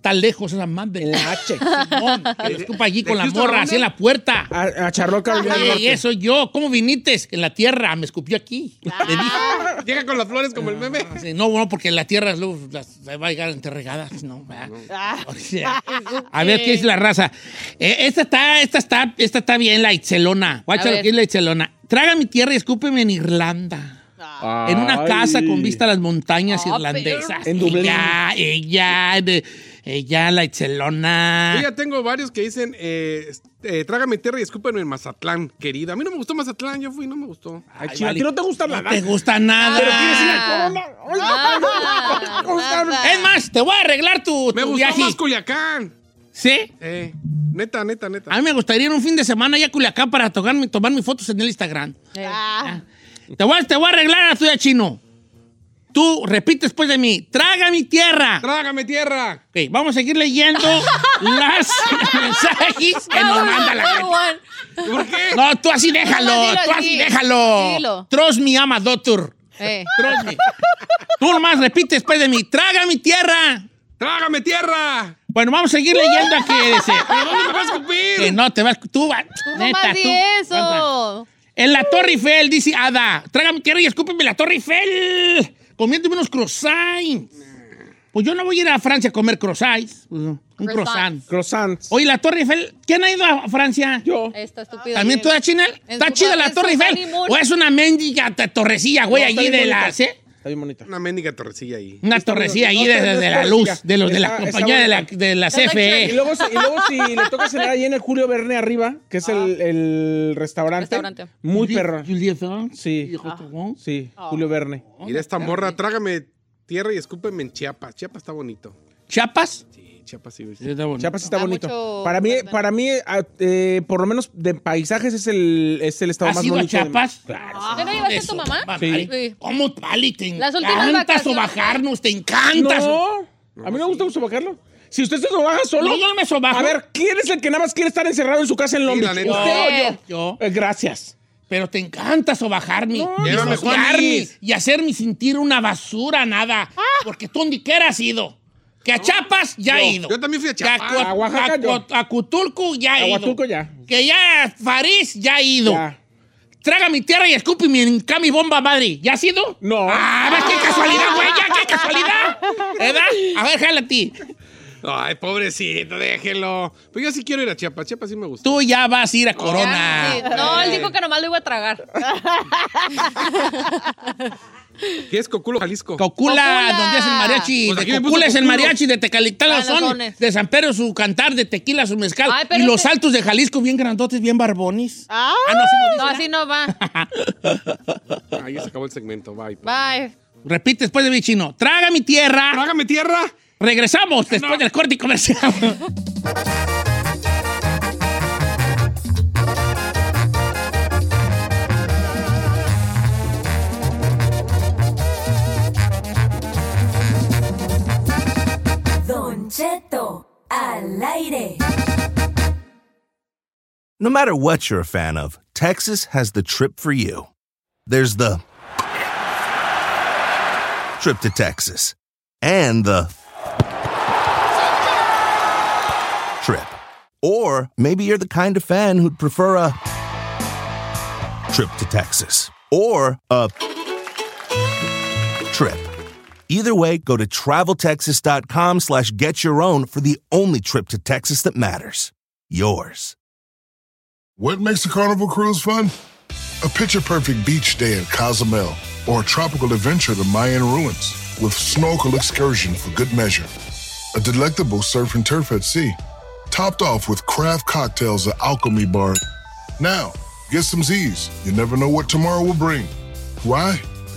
Speaker 4: Tan lejos esa madre. En
Speaker 7: la H.
Speaker 4: Simón, que lo escupa allí
Speaker 7: ¿De
Speaker 4: con la
Speaker 7: Houston a
Speaker 4: morra,
Speaker 7: dónde?
Speaker 4: así en la puerta.
Speaker 7: A, a Charlotte, Carolina del
Speaker 4: Y
Speaker 7: Norte.
Speaker 4: eso yo, ¿cómo viniste? En la tierra, me escupió aquí. Le dije,
Speaker 5: Llega con las flores como el meme.
Speaker 4: sí, no, no, porque en la tierra luego las- se va a llegar enterregadas, no. ¿verdad?
Speaker 5: Ah.
Speaker 4: O sea, a ver qué es la raza. Eh, esta está, esta está, esta está bien, la Itzelona. Guacha
Speaker 5: A
Speaker 4: lo
Speaker 5: ver.
Speaker 4: que es la Itzelona. Traga mi tierra y escúpeme en Irlanda. En una casa con vista a las montañas
Speaker 5: Ah,
Speaker 4: irlandesas.
Speaker 5: pero- En Dublín.
Speaker 4: Ella, ella, de- ella, la
Speaker 5: Yo
Speaker 4: Itzelona.
Speaker 5: ya tengo varios que dicen, eh, es- eh, trágame tierra y escúpeme en Mazatlán, querida. A mí no me gustó Mazatlán, yo fui, no me gustó.
Speaker 7: Ay, chido, a ti no te gusta nada.
Speaker 4: No te gusta nada.
Speaker 7: Pero quieres ir a Corona.
Speaker 4: Es más, te voy a arreglar tu,
Speaker 5: Me
Speaker 4: tu
Speaker 5: gustó
Speaker 4: viaje.
Speaker 5: más Culiacán.
Speaker 4: ¿Sí?
Speaker 5: Eh, neta, neta, neta.
Speaker 4: A mí me gustaría ir un fin de semana ya a Culiacán para tocarme- tomar mis fotos en el Instagram. Te voy, a- te voy a arreglar a tuya, chino. Tú repite después de mí. Traga mi tierra.
Speaker 5: Trágame tierra.
Speaker 4: Ok, vamos a seguir leyendo las
Speaker 6: "Ah,
Speaker 4: mensajes que nos manda la gente.
Speaker 5: ¿Por qué?
Speaker 4: No, tú así déjalo,
Speaker 6: No, dilo
Speaker 4: tú así
Speaker 6: así,
Speaker 4: déjalo.
Speaker 6: dilo.
Speaker 4: Trust me, ama doctor.
Speaker 6: Eh.
Speaker 4: Trust me. Tú nomás repite después de mí, traga mi tierra.
Speaker 5: ¡Trágame tierra!
Speaker 4: Bueno, vamos a seguir leyendo aquí. Dice.
Speaker 5: ¿Pero dónde me vas a escupir?
Speaker 4: Que no, te vas, tú vas.
Speaker 6: Nomás di eso.
Speaker 4: En la Torre Eiffel, dice Ada, traga mi tierra y escúpeme la Torre Eiffel. comiéndome unos croissants. Pues yo no voy a ir a Francia a comer croissants. Pues, Un croissant. Croissants. Oye, la Torre Eiffel. ¿Quién ha ido a Francia? Yo.
Speaker 6: Está estúpido.
Speaker 4: ¿También tú
Speaker 6: Miguel.
Speaker 4: a China?
Speaker 6: En
Speaker 4: ¿Está
Speaker 6: su-
Speaker 4: chida la
Speaker 6: en
Speaker 4: Torre
Speaker 6: su
Speaker 4: Eiffel?
Speaker 6: honeymoon.
Speaker 4: ¿O es una mendiga t- torrecilla, güey,
Speaker 5: No, está
Speaker 4: allí
Speaker 5: bien
Speaker 4: de
Speaker 5: bonita.
Speaker 4: las, eh?
Speaker 5: Está bien bonita. Una mendiga torrecilla ahí.
Speaker 4: Una torrecilla ahí
Speaker 5: No,
Speaker 4: de,
Speaker 5: no es
Speaker 4: de la
Speaker 5: torrecilla.
Speaker 4: luz, de los de la
Speaker 5: Está- está
Speaker 4: compañía de la,
Speaker 5: bonita.
Speaker 4: de la E.
Speaker 7: Y
Speaker 4: CFE.
Speaker 7: luego, si- y luego si le toca cenar ahí en el Julio Verne arriba, que es el, el restaurante,
Speaker 5: Restaurante.
Speaker 7: Muy
Speaker 5: Juli-
Speaker 7: perro. Sí. Sí,
Speaker 5: Ah.
Speaker 7: Julio Verne.
Speaker 5: Mira esta morra, trágame tierra y escúpeme en Chiapas. Chiapas está bonito.
Speaker 4: ¿Chiapas?
Speaker 5: Sí, Chiapas sí.
Speaker 7: Chiapas está
Speaker 5: Hay
Speaker 7: bonito.
Speaker 5: mucho
Speaker 7: Para mí, para mí eh, eh, por lo menos de paisajes, es el, es el estado
Speaker 4: ¿Has
Speaker 7: más
Speaker 4: ido a
Speaker 7: bonito. de-
Speaker 4: Chiapas?
Speaker 7: Claro.
Speaker 6: ¿Te Ah, no llevaste a tu mamá?
Speaker 7: Sí.
Speaker 4: ¿Cómo Pali te
Speaker 6: Las últimas
Speaker 4: encanta
Speaker 6: vacaciones.
Speaker 4: sobajarnos? ¿Te encanta?
Speaker 7: No, a mí no me gusta sobajarlo. Si usted se sobaja solo.
Speaker 4: No, yo no me sobajo.
Speaker 7: A ver, ¿quién es el que nada más quiere estar encerrado en su casa en Londres?
Speaker 4: la neta.
Speaker 7: Usted o yo.
Speaker 4: Yo.
Speaker 7: Eh, gracias.
Speaker 4: Pero te encanta sobajarme. y
Speaker 7: Llévame,
Speaker 4: sobajarme
Speaker 7: Juanis.
Speaker 4: y hacerme sentir una basura, nada. Porque tú ni que has ido. Que a Chiapas ya he
Speaker 5: Yo-
Speaker 4: ido.
Speaker 5: Yo también fui a
Speaker 4: Que
Speaker 5: Chiapas.
Speaker 4: Cua- a Cua- a Cutulco ya he ido.
Speaker 7: Aguatulco ya.
Speaker 4: Que ya a París ya he ido. Traga mi tierra y escupe mi, mi bomba madre. ¿Ya has ido?
Speaker 7: No.
Speaker 4: ¡Ah, ves qué casualidad, güey! ¡Ya, qué casualidad! ¿Verdad? Eh, A ver, jálate.
Speaker 5: Ay, pobrecito, déjelo. Pero yo sí quiero ir a Chiapas. Chiapas sí me gusta.
Speaker 4: Tú ya vas a ir a Corona.
Speaker 6: Sí. No, él dijo que nomás lo iba a tragar.
Speaker 5: ¿Qué es Coculo, Jalisco?
Speaker 4: Cocula, donde es el mariachi.
Speaker 5: Pues aquí
Speaker 4: de
Speaker 5: me puso
Speaker 4: Cocula es el
Speaker 5: Coculo.
Speaker 4: mariachi, de Tecalitlán
Speaker 6: Ah,
Speaker 4: los
Speaker 6: los
Speaker 4: son.
Speaker 6: sones.
Speaker 4: De San Pedro su cantar, de tequila su mezcal.
Speaker 6: Ay, pero
Speaker 4: y los
Speaker 6: este-
Speaker 4: altos de Jalisco bien grandotes, bien barbones.
Speaker 6: Ah,
Speaker 4: no, así
Speaker 6: no, así no va.
Speaker 5: Ahí Ah, se acabó el segmento. Bye.
Speaker 6: Bye.
Speaker 4: Repite después de mi chino. Traga mi tierra. Traga
Speaker 5: mi tierra.
Speaker 4: Regresamos después del corte comercial.
Speaker 8: Don Cheto, al aire.
Speaker 2: No matter what you're a fan of, Texas has the trip for you. There's the trip to Texas and the trip. Or maybe you're the kind of fan who'd prefer a trip to Texas or a trip. Either way, go to traveltexas.com slash get your own for the only trip to Texas that matters. Yours.
Speaker 11: What makes a carnival cruise fun? A picture perfect beach day in Cozumel or a tropical adventure to Mayan ruins with snorkel excursion for good measure. A delectable surf and turf at sea, topped off with craft cocktails at Alchemy Bar. Now, get some Z's. You never know what tomorrow will bring. Why?